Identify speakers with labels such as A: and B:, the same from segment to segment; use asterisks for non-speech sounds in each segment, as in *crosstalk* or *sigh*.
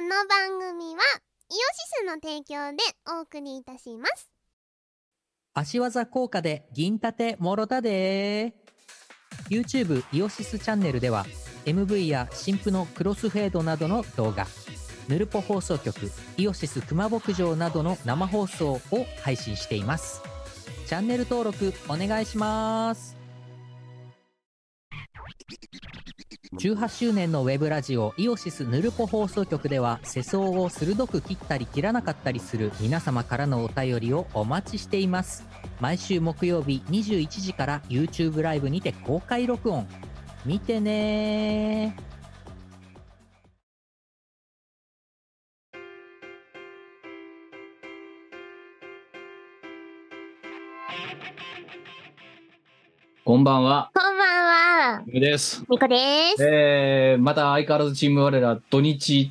A: の番組はイオシスの提供でお送りいたします
B: 足技効果で銀盾もろたで YouTube イオシスチャンネルでは MV や新婦のクロスフェードなどの動画ヌルポ放送局イオシス熊牧場などの生放送を配信していますチャンネル登録お願いします18周年のウェブラジオイオシスヌルポ放送局では世相を鋭く切ったり切らなかったりする皆様からのお便りをお待ちしています毎週木曜日21時から YouTube ライブにて公開録音見てねー
C: こんばんは、
A: こんばんは
C: ムです。
A: みこです
C: えー、また相変わらずチーム我ら土日、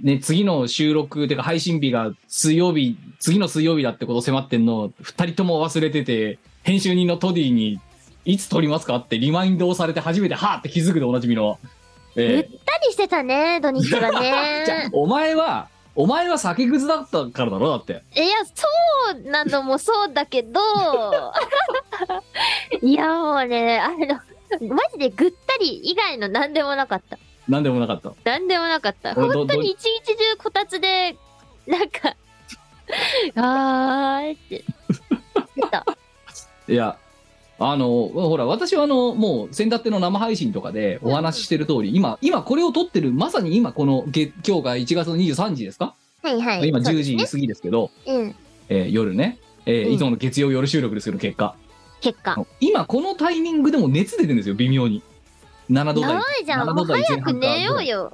C: ね、次の収録、てか配信日が水曜日、次の水曜日だってこと迫ってんの、二人とも忘れてて、編集人のトディに、いつ撮りますかってリマインドをされて初めて、はーって気づくでおなじみの。
A: ぐ
C: え
A: ったりしてたね土日は *laughs*
C: ー、じゃあ
A: ね
C: お前は、お前は酒くずだったからだろだって。
A: いやそうなのもそうだけど *laughs* いやもうねあのマジでぐったり以外の何でもなかった
C: なんでもなかった。
A: なんでもなかった。
C: どど
A: 本当に一日中こたつで、なんか、 *laughs* あーい *laughs* って。出た。
C: いや、あの、ほら、私はあの、もう、先立っての生配信とかでお話ししてる通り、今、今これを撮ってる、まさに今、この月、今日が1月の23時ですか、
A: はいはい。
C: 今
A: そう
C: 10時過ぎですけど、
A: うん。
C: えー夜ね、えー
A: うん
C: いつもの月曜夜収録ですけど、結果。
A: 結果。
C: 今、このタイミングでも熱出てるんですよ、微妙に。7度
A: や
C: 台
A: ば。いじゃん。
C: 7
A: も
C: 度
A: う
C: 台
A: 早く寝よう
C: 前半か
A: よ。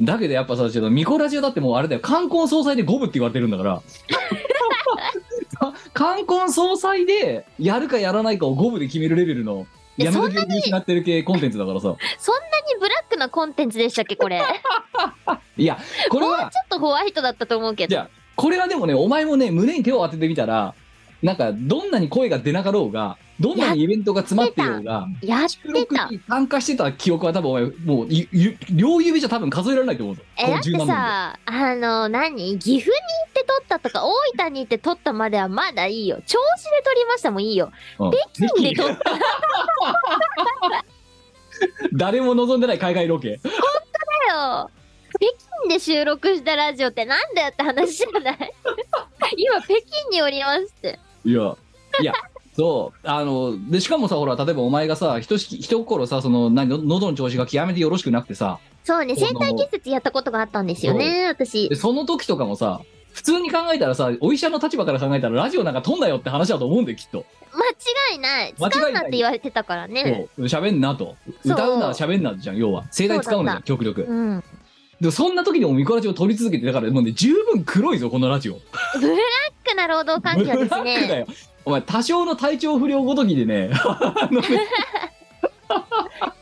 C: だけどやっぱさ、ちょっと、ミコラジオだってもうあれだよ、冠婚葬祭で五分って言われてるん
A: *laughs*
C: だから。か冠婚葬祭で、やるかやらないかを五分で決めるレベルの、
A: え
C: やめ時を見失ってる系コンテンツだからさ。
A: そんなにブラックなコンテンツでしたっけ、 *laughs* これ。もう
C: いや、これは
A: ち、ょっとホワイトだったと思うけ
C: じ
A: ど。
C: ゃあこれはでもね、お前もね、胸に手を当ててみたら、なんか、どんなに声が出なかろうが、どんなにイベントが詰まってようが、
A: やっ
C: 収
A: て
C: 録
A: た。
C: に参加してた記憶は多分お前、もう、ゆゆ両指じゃ多分数えられないと思うぞ。
A: え、
C: こ
A: だ
C: の
A: って
C: 17年で
A: さ、あの、何岐阜に行って撮ったとか、大分に行って撮ったまではまだいいよ。調子で撮りましたもんいいよ。
C: うん
A: 北京で撮った
C: *laughs* 誰も望んでない海外ロケ。
A: よ北京で収録したラジオってなんだよって話じゃない *laughs* 今北京におりますって
C: いや、いや、そう、あの、で、しかもさ、ほら、例えばお前がさ、ひとしき、ひと頃さ、その、何、の喉の調子が極めてよろしくなくてさ、
A: そうね
C: そう
A: 生体結節やったことがあったんですよね私
C: で、その時とかもさ、普通に考えたらさ、お医者の立場から考えたら、ラジオなんか飛んだよって話だと思うんだよ、きっと。
A: 間違いない
C: 間違いない
A: 使うなって言われてたからね
C: そう喋んなと。
A: そう
C: 歌うな、喋んなじゃん、要は。声帯使う
A: そ
C: の
A: うだ
C: よ、
A: った
C: 極力。
A: うん
C: でも、そんな時でもミコラジを取り続けて、だからもうね、十分黒いぞ、このラジオ。
A: ブラックな労働環境で
C: ブラ
A: す
C: ックだ
A: ね
C: よ。お前、多少の体調不良ごときでね、 *laughs* あのね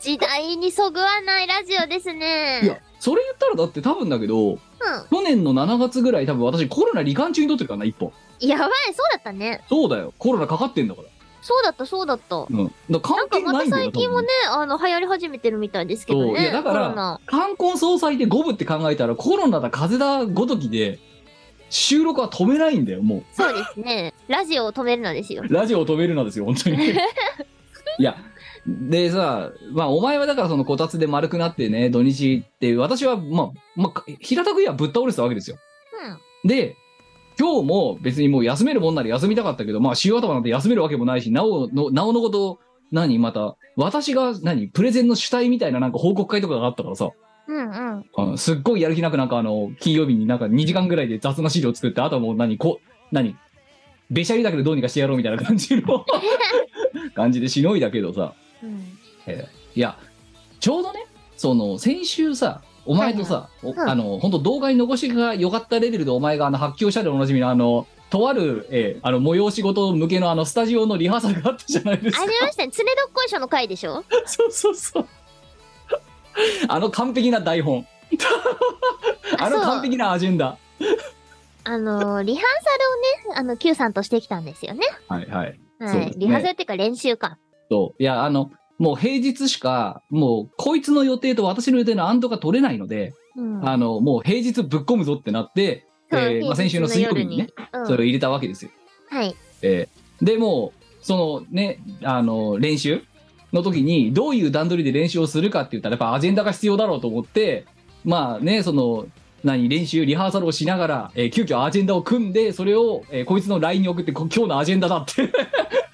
A: 時代にそぐわないラジオです
C: いや
A: ね、
C: それ言ったらだって多分だけど、去年の7月ぐらい多分私コロナ罹患中に撮ってるからな、一本。
A: うんやばいそうだったね
C: そうだよ。コロナかかってんだから。
A: そうだったそうだった
C: うん。だから
A: なんか
C: 関係
A: ま
C: ない
A: た
C: んだよ。
A: 最近もねあの流行り始めてるみたいですけど
C: そうい
A: ね
C: やだから
A: コロナ
C: 多分。冠婚葬祭で五分って考えたら、コロナだ、風邪だ、ごときで、収録は止めないんだよ、も
A: そうですねラジオを止めるのですよ
C: う。ラジオを止めるのですよ、本
A: *laughs*
C: 当に。いや、でさ、まあ、お前はだからそのこたつで丸くなってね、土日って、私は、まあ、まあ、平たく言えばぶっ倒れてたわけですよ。
A: うん
C: で、今日も別にもう休めるもんなら休みたかったけど、まあ、週頭なんて休めるわけもないし、なおの、なおのこと、何また、私が、何プレゼンの主体みたいななんか報告会とかがあったからさ、
A: うんうん。
C: あのすっごいやる気なくなんかあの、金曜日になんか2時間ぐらいで雑な資料作って、あとはもう何こ、何べしゃりだけどどうにかしてやろうみたいな感じの *laughs* 感じでしのいだけどさ、
A: うん、
C: えーいや、ちょうどね、その、先週さ、お前とさ、お
A: うん
C: あの、本当動画に残しが良かったレベルでお前があの、発狂したでおなじみのあの、とある、えーあの、催し事向けのあの、スタジオのリハーサルがあったじゃないです
A: あ
C: か。
A: りましたね。常どっこいしょの回でしょ
C: そうそうそう。あの完璧な台本。あの
A: そう
C: 完璧なアジェンダ。
A: あのー、リハーサルをね、あの、Q さんとしてきたんですよね。
C: はいはい。
A: は
C: そう
A: い。
C: ですね
A: リハーサルっていうか練習か。
C: と、いや、あの、もう平日しか、もう、こいつの予定と私の予定のアンドが取れないので、
A: うん
C: あの、もう平日ぶっ込むぞってなって、え
A: そう
C: ーまあ、先週の水曜日にね、、
A: 平日の夜
C: それを入れたわけですよ。
A: うんはい。
C: えーでもうそのねあの練習の時にどういう段取りで練習をするかって言ったらやっぱアジェンダが必要だろうと思ってまあねその何練習リハーサルをしながら、えー急遽アジェンダを組んでそれを、えーこいつの LINE に送ってこ今日のアジェンダだって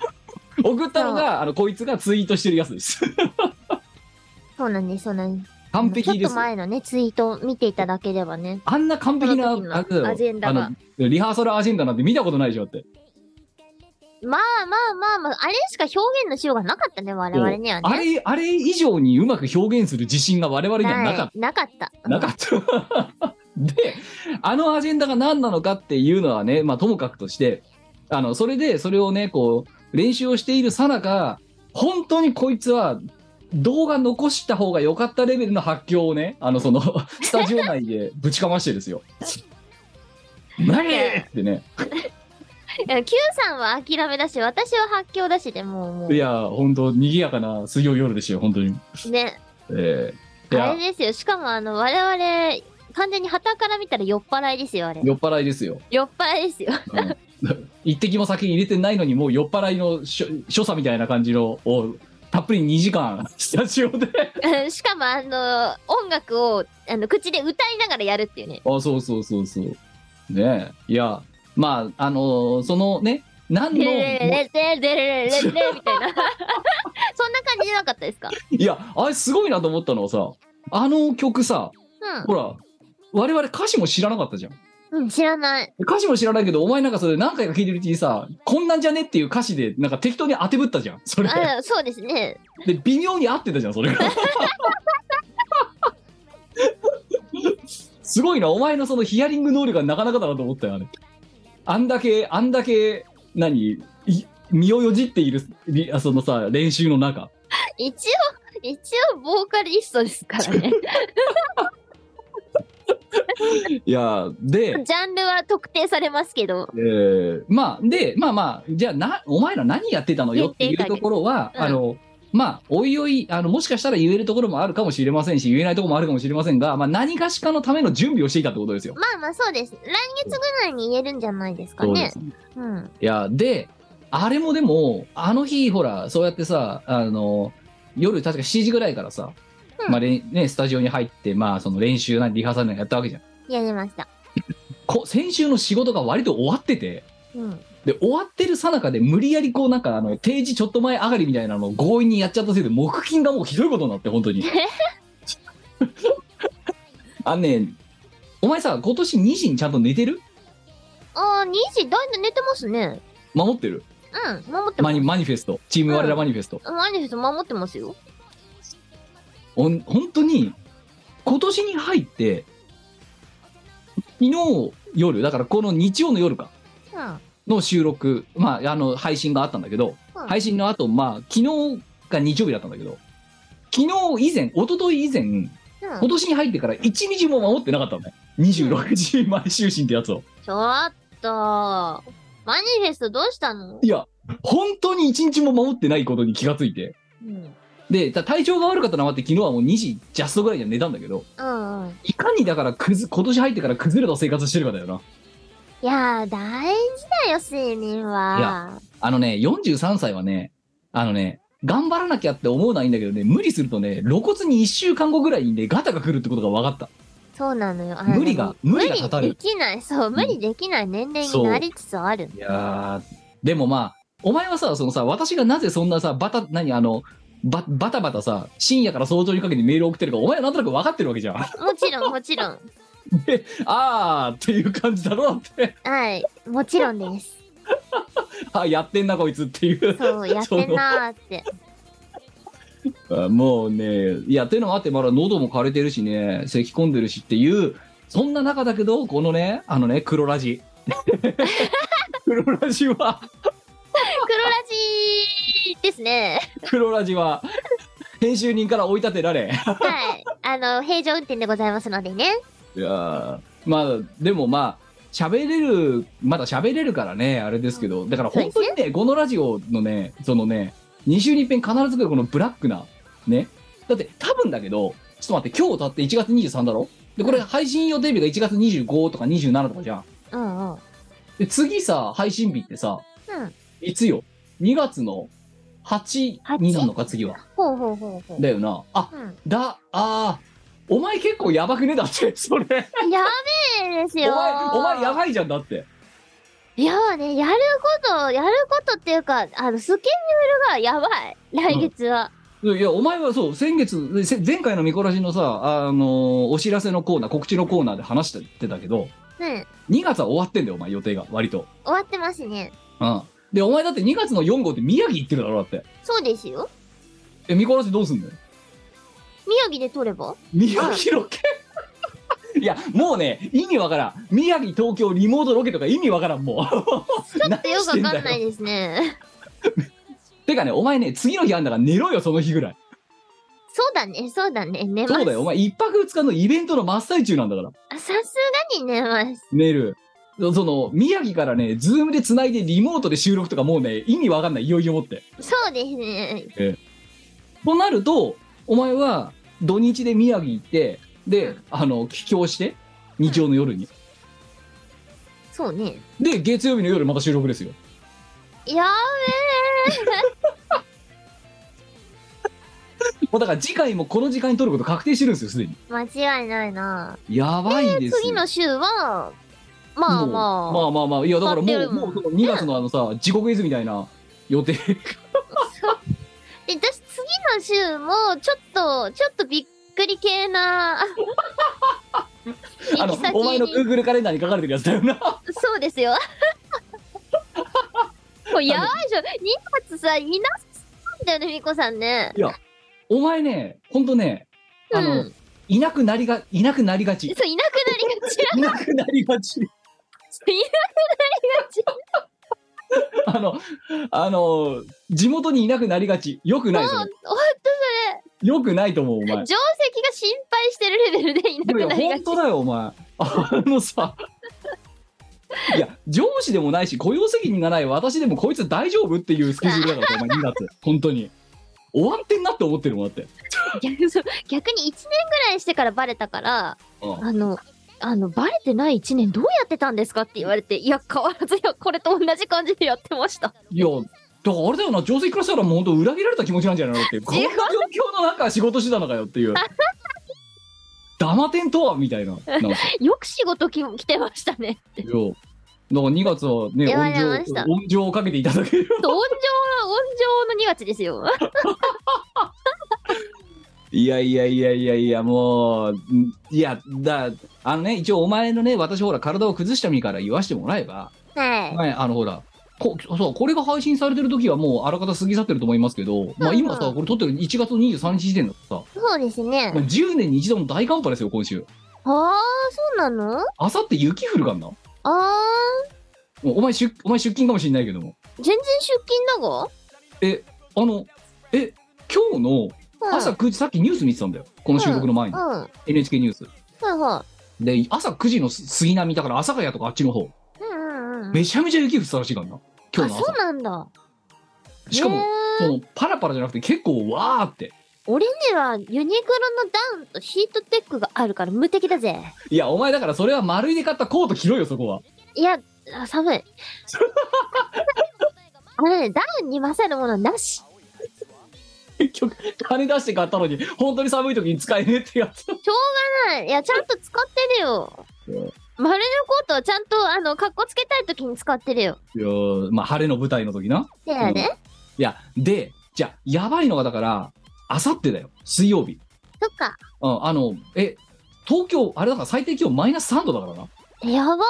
C: *laughs* 送ったのがあのこいつがツイートしてるやつです *laughs*
A: そうなんです、そうなんです。
C: 完
A: ちょ
C: 璧
A: っ
C: で
A: と
C: す
A: 前のね、ツイートを見ていただければね。
C: あんな完璧な
A: この時の
C: あれだよ
A: アジェンダが
C: あのリハーサルアジェンダなんて見たことないでしょだって
A: まあまあまあまあ、あれしか表現のしようがなかったね、我々には
C: あ
A: ね。
C: れあれ以上にうまく表現する自信が我々にはなかった
A: いなかった。
C: なかった。 *laughs* で、あのアジェンダが何なのかっていうのはね、まあ、ともかくとして、あの、それで、それをね、こう、練習をしているさなか、本当にこいつは、動画残した方が良かったレベルの発狂をね、あ
A: *laughs*
C: の、その、スタジオ内でぶちかましてですよ。何ってね。
A: いや Q さんは諦めだし、私は発狂だしでもう、も
C: いや、本当賑やかな水曜夜でしたよ、本当に。
A: う、ね、
C: えーい
A: あ
C: や、
A: れですよ。しかも、あの、我々、完全に旗から見たら酔っ払いですよ、あれ。
C: 酔っ払いですよ。
A: 酔っ払いですよ。
C: うん一滴も酒入れてないのにもう酔っ払いのしょ所作みたいな感じのをたっぷり2時間 *laughs* スタジオで
A: しかも、あの、音楽を、あの、口で歌いながらやるっていうね。
C: あそうそうそうそうねえいやまああのーそのね何
A: で
C: のも
A: れれれれれれれれれみたいな。そんな感じじゃなかったですか
C: いやあれすごいなと思ったのはさあの曲さ
A: う
C: ほら我々歌詞も知らなかったじゃん
A: ん。うん、知らない。
C: 歌詞も知らないけどお前なんかそれ何回か聴いてるうちにさこんなんじゃねっていう歌詞でなんか適当に当てぶったじゃんそれ
A: あそうですね。
C: で微妙に合ってたじゃんそ
A: *laughs*
C: れがすごいなお前のそのヒアリング能力がなかなかだなと思ったよあれあんだけあんだけ何い身をよじっているりあそのさ練習の中
A: 一応、一応、ボーカリストですからね。
C: いやで、
A: ジャンルは特定されますけど。
C: えーまあでまあまあじゃあなお前ら何やってたのよっていうところは、
A: うん
C: あのまあおいおいあのもしかしたら言えるところもあるかもしれませんし言えないところもあるかもしれませんが、まあ、何かしかのための準備をしていたってことですよ。
A: まあまあ、そうです。来月ぐらいに言えるんじゃないですか
C: そう
A: ね
C: で。す
A: うん。
C: いや、で、あれもでも、あの日、ほら、そうやってさ、あの、夜、確か7時ぐらいからさ、
A: うん
C: まあれんね、スタジオに入って、まあ、その練習なり、リハーサルなりやったわけじゃん。
A: やりました。
C: こ先週の仕事が割と終わってて、
A: うん。
C: で、終わってるさなかで、無理やりこう、なんか、あの、定時ちょっと前上がりみたいなのを強引にやっちゃったせいで、木金がもうひどいことになって、
A: *laughs*
C: 本当に。あのね、お前さ、今年2時にちゃんと寝てる
A: あー、2時、だいぶ寝てますね。
C: 守ってる
A: うん、守ってま
C: マ
A: す
C: ニ。マニフェスト。チーム我ら
A: うん
C: マニフェスト。
A: マニフェスト守ってますよ。
C: ほん本当に今年に入って昨日夜だからこの日曜の夜か
A: うん。
C: の収録まああの配信があったんだけど、
A: うん
C: 配信の後まあ昨日が日曜日だったんだけど昨日以前一昨日以前今
A: うん、
C: 年に入ってから1日も守ってなかったのね26時前就寝ってやつを
A: ちょっと、マニフェストどうしたの
C: いや本当に1日も守ってないことに気がついて
A: うん。
C: でた体調が悪かったのもあって昨日はもう2時ジャストぐらいには寝たんだけど
A: うんうん。
C: いかにだからくず今年入ってから崩れた生活してるかだよない
A: やー、大事だよ、睡眠は。
C: あのね、43歳はね、あのね、頑張らなきゃって思うのはいいんだけどね、無理するとね、露骨に1週間後ぐらいにね、ガタが来るってことが分かった。
A: そうなのよ。あの
C: 無理が、無理が立た
A: 無
C: れ
A: 理
C: る
A: で。きない、そう、無理できない年齢になりつつある。
C: いやー、でもまあ、お前はさ、そのさ、私がなぜそんなさ、バタ、何、あの、ババタバタさ、深夜から早朝にかけてメールを送ってるか、お前はなんとなく分かってるわけじゃん。あ
A: もちろん、もちろん。
C: ーっていう感じだろうって、
A: はい、もちろん
C: *laughs*
A: です。
C: あやってんな、こいつっていう。
A: そう、やってんなーって。
C: あもうね、いや、っていうのもあって、まだ喉も枯れてるしね、咳き込んでるしっていう、そんな中だけど、このね、あのね、黒ラジ。黒ラジは、
A: 黒ラジですね。
C: 黒ラジは、編集人から追い立てられ。
A: はい。あの、平常運転でございますのでね。
C: いやーまあ、でもまあ、喋れる、まだ喋れるからね、あれですけど、だから本当にね、このラジオのね、そのね、2週に一遍必ず来るこのブラックな、ね。だって多分だけど、ちょっと待って、今日だって1月23だろで、これ配信予定日が1月25とか27とかじゃん。
A: うんうん。
C: で、次さ、配信日ってさ、
A: うん。
C: いつよ ?2 月の8
A: 8
C: になるのか、次は。
A: ほうほうほうほう。
C: だよな。あ、
A: うん、
C: だ、あーお前結構やばくねだって、それ。
A: やべえです
C: お前
A: よ、
C: お前や
A: い
C: ばいじゃんだって。
A: いやね、やること、やることっていうか、あの、スケジュールがやばい。来月は。
C: いや、お前はそう、先月、でせ前回の見こらしのさ、あのーお知らせのコーナー、告知のコーナーで話してたけど、
A: うん。
C: 2月は終わってんだよ、お前、予定が、割と。
A: 終わってますね。
C: うん。で、お前だって2月の4号って宮城行ってるだろ、だって。
A: そうですよ。
C: え、見こらしどうすんだよ。
A: 宮城で取れば
C: 宮城ロケ *laughs* いや、もうね、意味わからん。宮城、東京、リモートロケとか意味わからん、もう。ちょっ
A: よくわ
C: *laughs*
A: かんないですね。
C: てかね、お前ね、次の日あんだから寝ろよ、その日ぐらい。
A: そうだね、そうだね。寝ます。
C: そうだよ、お前、一泊二日のイベントの真っ最中なんだから。
A: あさすがに寝ます。
C: 寝る。そその、宮城からね、ズームで繋いでリモートで収録とかもうね、意味わかんない、いよいよもって。
A: そうですね。
C: となると、お前は土日で宮城行って、で、あの、帰郷して、日曜の夜に。
A: そうね。
C: で、月曜日の夜また収録ですよ。
A: や
C: もうだから次回もこの時間に撮ること確定してるんですよ、すでに。
A: べえ。間違いないな。
C: やばいですよ。
A: 次の週は、まあ
C: もう
A: まあ。
C: まあまあまあ、いや、だからも
A: 待ってる
C: う、
A: も
C: も
A: ん
C: うその2月のあのさ、地獄絵図みたいな
A: *laughs*
C: 予定。
A: で私、次の週も、ちょっと、ちょっとびっくり系な。
C: あ
A: 行
C: の
A: き先、
C: お前の
A: に
C: Google カレンダーに書かれてるやつだよな。
A: そうです
C: *laughs*
A: よ。これやばいでしょ。2月さ、いなさそうなんだよね、みこさんね。
C: お前ね、ほんとね、あの、
A: うん
C: いなくなりが、いなくなり
A: *laughs*
C: がち。
A: そう、いなくなりがち。
C: いなくなりがち。
A: いなくな
C: あの、あの、地元にいなくなりがち。よくない
A: りがち。
C: そ
A: も
C: れ
A: う、ほんと
C: よくないと思う、お
A: *laughs* それ、定
C: 前。
A: 石が心配してるレベルでいなく
C: い
A: な
C: や、
A: り
C: ほ
A: がち
C: ん。とだよ、お前。あのさ。いや、上司でもないし、雇用責任がない私でもこいつ大丈夫っていうスケジュールだから、お前2月。本当に。終わってんなって思ってるもんだって。
A: 逆 *laughs* そう逆に1年ぐらいしてからバレたから、
C: うん
A: あの、あの、バレてない1年どうやってたんですかって言われて、いや、変わらずよ、これと同じ感じでやってました。 *laughs*
C: いや、だからあれだよな、定石からしたらもう本当裏切られた気持ちなんじゃないのっていう、こんな状況の中仕事してたのかよっていう。ダマテンとはみたいな。なんか、いや、だか
A: よく仕事き来てました
C: *laughs*
A: ね。
C: ら2月はね、
A: やばいやばいで
C: 温
A: し
C: 情
A: た
C: 温情をかけていただける。
A: 温情、温情の2月ですよ。
C: いやいやいやいやいや、もう、んいや、だ、あのね、一応お前のね、私ほら体を崩した身から言わしてもらえば、
A: はい。
C: はい、あのほら、こそうこれが配信されてる時はもうあらかた過ぎ去ってると思いますけど、まあ今さ、これ撮ってる1月23日時点だとさ、
A: そうですね
C: まあ。10年に一度の大寒波ですよ、今週。
A: ああ、そうなの
C: あさって雪降るかんな。も
A: あ
C: うお前出、お前出勤かもしれないけども。
A: ー、全然出勤だが。
C: え、あの、え、今日
A: うん
C: の朝9時、さっきニュース見てたんだよ。この収録の前に。
A: うん。は
C: NHK ニュース。
A: いは
C: で、朝9時の杉並、だから朝ヶ谷とかあっちの方。
A: い。うんうんうん。
C: めちゃめちゃ雪降ってたらしいからな。今
A: あ、
C: 日の
A: そ
C: 朝
A: う。なんだ。
C: しか
A: へー
C: も、そのパラパラじゃなくて結構わーって。
A: 俺にはユニクロのダウンとヒートテックがあるから無敵だぜ。
C: いや、お前だからそれは丸いで買ったコート着ろよ、そこは。 *laughs*
A: いや、あ寒い。あのね、ダウンに勝るものなし。
C: 結局、金出して買ったのに、本当に寒い時に使えねえってやつ。
A: はいいや、ちゃんと使ってるよ
C: うん。
A: 丸のコートはちゃんと、あの、格好つけたい時に使ってるよ。
C: いやーまあ晴れの舞台の時な。
A: でやで、
C: いや、で、じゃあ、やばいのがだから、あさってだよ、水曜日。
A: そっか。
C: うん、あの、え、東京、あれだから最低気温マイナス3度だからな。
A: やば。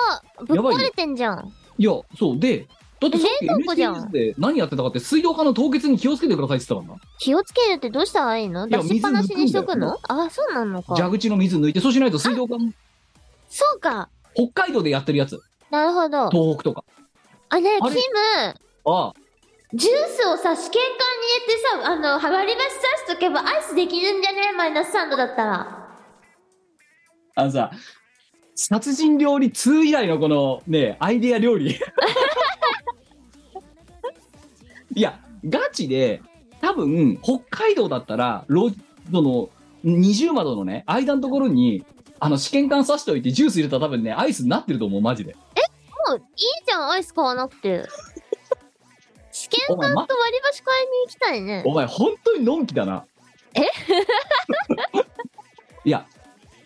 A: ぶっ
C: やばいよ
A: 壊れてんじゃん。
C: いや、そう、で、だってさっき
A: 冷凍庫
C: NHK
A: じ
C: ニ
A: ゃ
C: ュ
A: ん
C: ースで何やってたかって、水道管の凍結に気をつけてくださいって言ってたか
A: 気をつけるってどうしたらいいの
C: いや
A: 出しっぱなしにしとく
C: 水
A: のあ、そうなの
C: らな。
A: か。
C: 蛇口の水抜いて、そうしないと水道管、
A: そうか。
C: 北海道でやってるやつ、
A: なるほど。
C: 東北とか。
A: あね、
C: あ
A: キ
C: れ
A: ム、
C: ああ、
A: ジュースをさ、試験管に入れてさ、あの、割り箸刺しとけばアイスできるんじゃねマイナス3度だったら。
C: あのさ、殺人料理2以来のこのね、アイディア料理。 *laughs* いや、ガチで、多分、北海道だったら、ロその、二重窓のね、間のところに、あの試験管刺しておいてジュース入れたら多分ねアイスになってると思うマジで
A: もういいじゃん、アイス買わなくて。試験
C: お前
A: 管
C: ま
A: と割り箸買いに行きたいね。
C: お前本当にのんきだな
A: え
C: *laughs* いや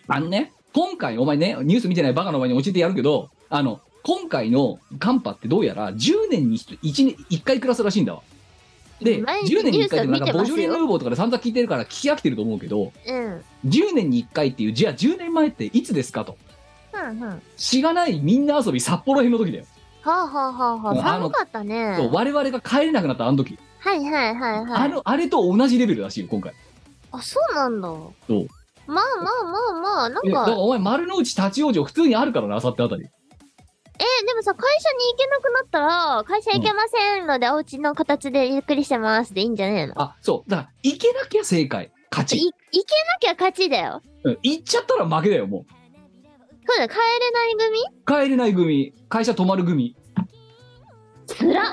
C: あのね今回お前ねニュース見てないバカの前に教えてやるけどあの今回の寒波ってどうやら10年に 1, 年1回暮らすらしいんだわで
A: 毎日
C: 10年に1回ってなん
A: ニュースを見て
C: か
A: ます
C: ボジ
A: よ
C: ョレ・ヌーボーとかで散々聞いてるから聞き飽きてると思うけど
A: うん。
C: 10年に1回っていうじゃあ10年前っていつですかと
A: うんうん。は
C: しがないみんな遊び札幌編の時だよ、
A: あはあはあはあ、
C: うんあの
A: 寒かったね。
C: そう我々が帰れなくなったあの時、
A: はいはいはい
C: あ
A: はい。
C: のあれと同じレベルらしいよ今回
A: あ、そうなんだ。
C: そう
A: まあまあまあまあ、ないん
C: やだから
A: か、
C: お前丸の内立ち往生普通にあるからなあさってあたり
A: えでもさ、会社に行けなくなったら、会社行けませんので、お家の形でゆっくりしてますでいいんじゃねえの
C: あそうだから行けなきゃ正解勝
A: い
C: ち
A: 行けなきゃ勝ちだよ。
C: うん行っちゃったら負けだよもう
A: そうだよ、帰れない組
C: 帰れない組会社泊まる組
A: つらっ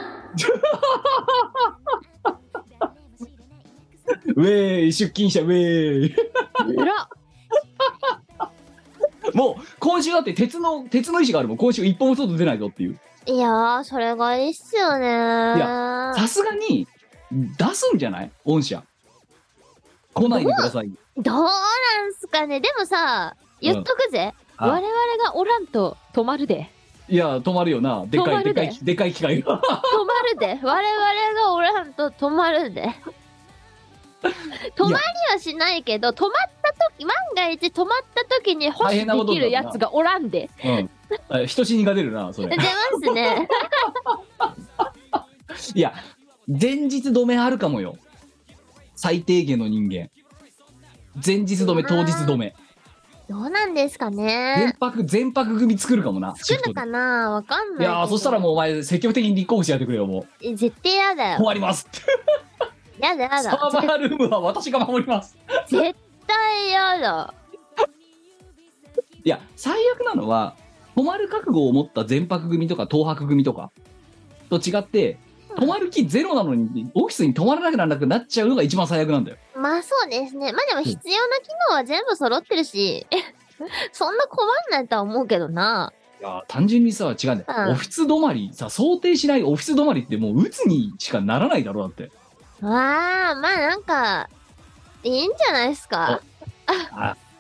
C: ウェーイ出勤者ウェーイ *laughs*
A: つらっ
C: もう今週だって鉄の鉄の意志があるもん今週一歩も外出ないぞっていう
A: いやー、それがいいっすよねー。
C: さすがに出すんじゃない御社来ないでください
A: どうなんすかねでもさ、言っとくぜ。
C: うん
A: 我
C: あ
A: 々がおらんと止まるで。
C: いや止まるよなでっ
A: 泊
C: か
A: ま
C: い
A: る
C: で
A: で
C: かいでかい機械
A: *laughs*
C: が
A: 止まるで。我々がおらんと止まるで。止まりはしないけど、止まった時、万が一止まった時に保
C: 大
A: 守
C: 変なこと
A: でき
C: にな
A: る
C: るな
A: やつがおらんで。
C: うんあ人死にが出るなそれ
A: 出ますね。
C: いや、前日止めあるかもよ。最低限の人間。前日止め、当日止め。
A: どうなんですか
C: 全
A: ね
C: 泊、全泊組作るかもな。
A: 作る
C: シフト
A: か
C: で
A: なわかんない
C: い
A: けど。
C: やー、そしたらもうお前、積極的に立候補してやってくれよ、もう。
A: え絶対やだよ。
C: 困りますって。
A: やだや
C: サ
A: だ。
C: ーバールームは私が守ります。
A: 絶対やだ。
C: いや、最悪なのは、泊まる覚悟を持った全泊組とか、東泊組とか、と違って、泊まる気ゼロなのに、オフィスに泊まらなくならなくなっちゃうのが一番最悪なんだよ。
A: まあそうですね。まあでも必要な機能は全部揃ってるし、 *laughs* そんな困んないとは思うけどな。
C: いやー単純にさ違うんだよ、
A: うん
C: オフィス止まりさ想定しないオフィス止まりってもう鬱にしかならないだろうだって
A: わあ、まあなんか、いいんじゃないですか。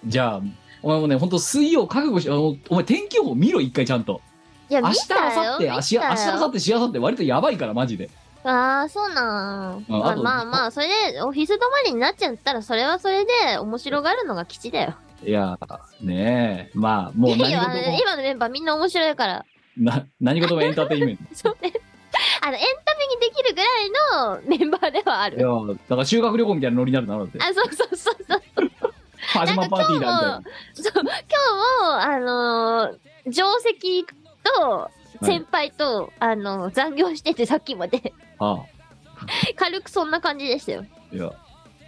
C: じゃあお前もね本当水曜覚悟しあのお前天気予報見ろ一回ちゃんと
A: いや、
C: 明
A: 見
C: 日
A: た
C: 明
A: よ。
C: 後
A: 見
C: 日
A: た
C: 明日明日明
A: よ
C: 後日しあさって割とやばいからマジで
A: ああ、そうなん。
C: うん
A: ま
C: あ
A: あ
C: と
A: まあまあ、それでオフィス止まりになっちゃったら、それはそれで面白がるのが吉だよ。
C: いやーねえまあもう
A: いい
C: 何
A: よ
C: 事
A: あの
C: も
A: 今のメンバーみんな面白いから。
C: な *laughs* 何事もエンターテインメント
A: そうね。あの、エンタメにできるぐらいのメンバーではあ
C: いや
A: る。
C: ーだから修学旅行みたいなノリになるなだって
A: あ、そうそうそうそう。
C: パジャマパーティーだみたい
A: そう今日もあのー定石と先輩と、あのー残業しててさっきまで *laughs*
C: なあ
A: 軽くそんな感じでしたよ。
C: あいや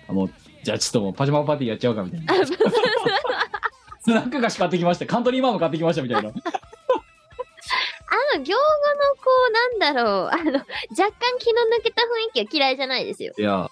C: あもうじゃあちょっともうパジャマパーティーやっちゃうかみたいな
A: あぶ
C: *laughs* スナック菓子買ってきましたカントリーマーム買ってきましたみたいな
A: あの行語のこうなんだろうあの若干気の抜けた雰囲気は嫌いじゃないですよ。
C: いや、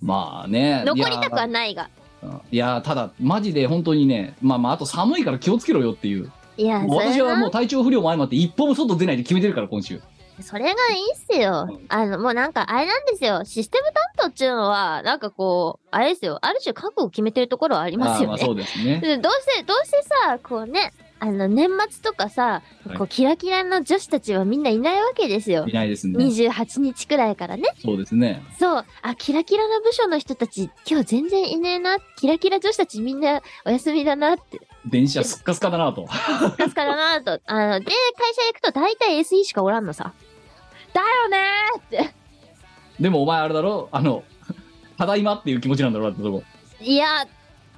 C: まあね。
A: 残りたくはいないが。
C: や。いや、ただ、マジで本当にね、まあまあ、あと寒いから気をつけろよっていう。
A: いやそれ
C: 私はも
A: が
C: う体調不良も相まって、一歩も外出ないで決めてるから、今週。
A: それがいいっすよ。あのもうなんかあれなんですよシステム担当っていうのはなんかこうあれですよある種覚悟を決めてるところはあります
C: あーま
A: よ
C: あ、
A: ね。
C: そうですね。
A: でどうせどうせさこうねあの年末とかさ、
C: はい
A: こうキラキラの女子たちはみんないないわけですよ
C: い。ないですね。
A: 28日くらいからね。
C: そうですね。
A: そう。あ、キラキラな部署の人たち、今日全然いねえな。キラキラ女子たちみんなお休みだなって。
C: 電車すっかすかだなと。
A: 助かるなと。あの、で、会社行くと大体 SE しかおらんのさ。だよねーって。
C: でも、お前あれだろあの、ただいまっていう気持ちなんだろうなってとこ。
A: いや、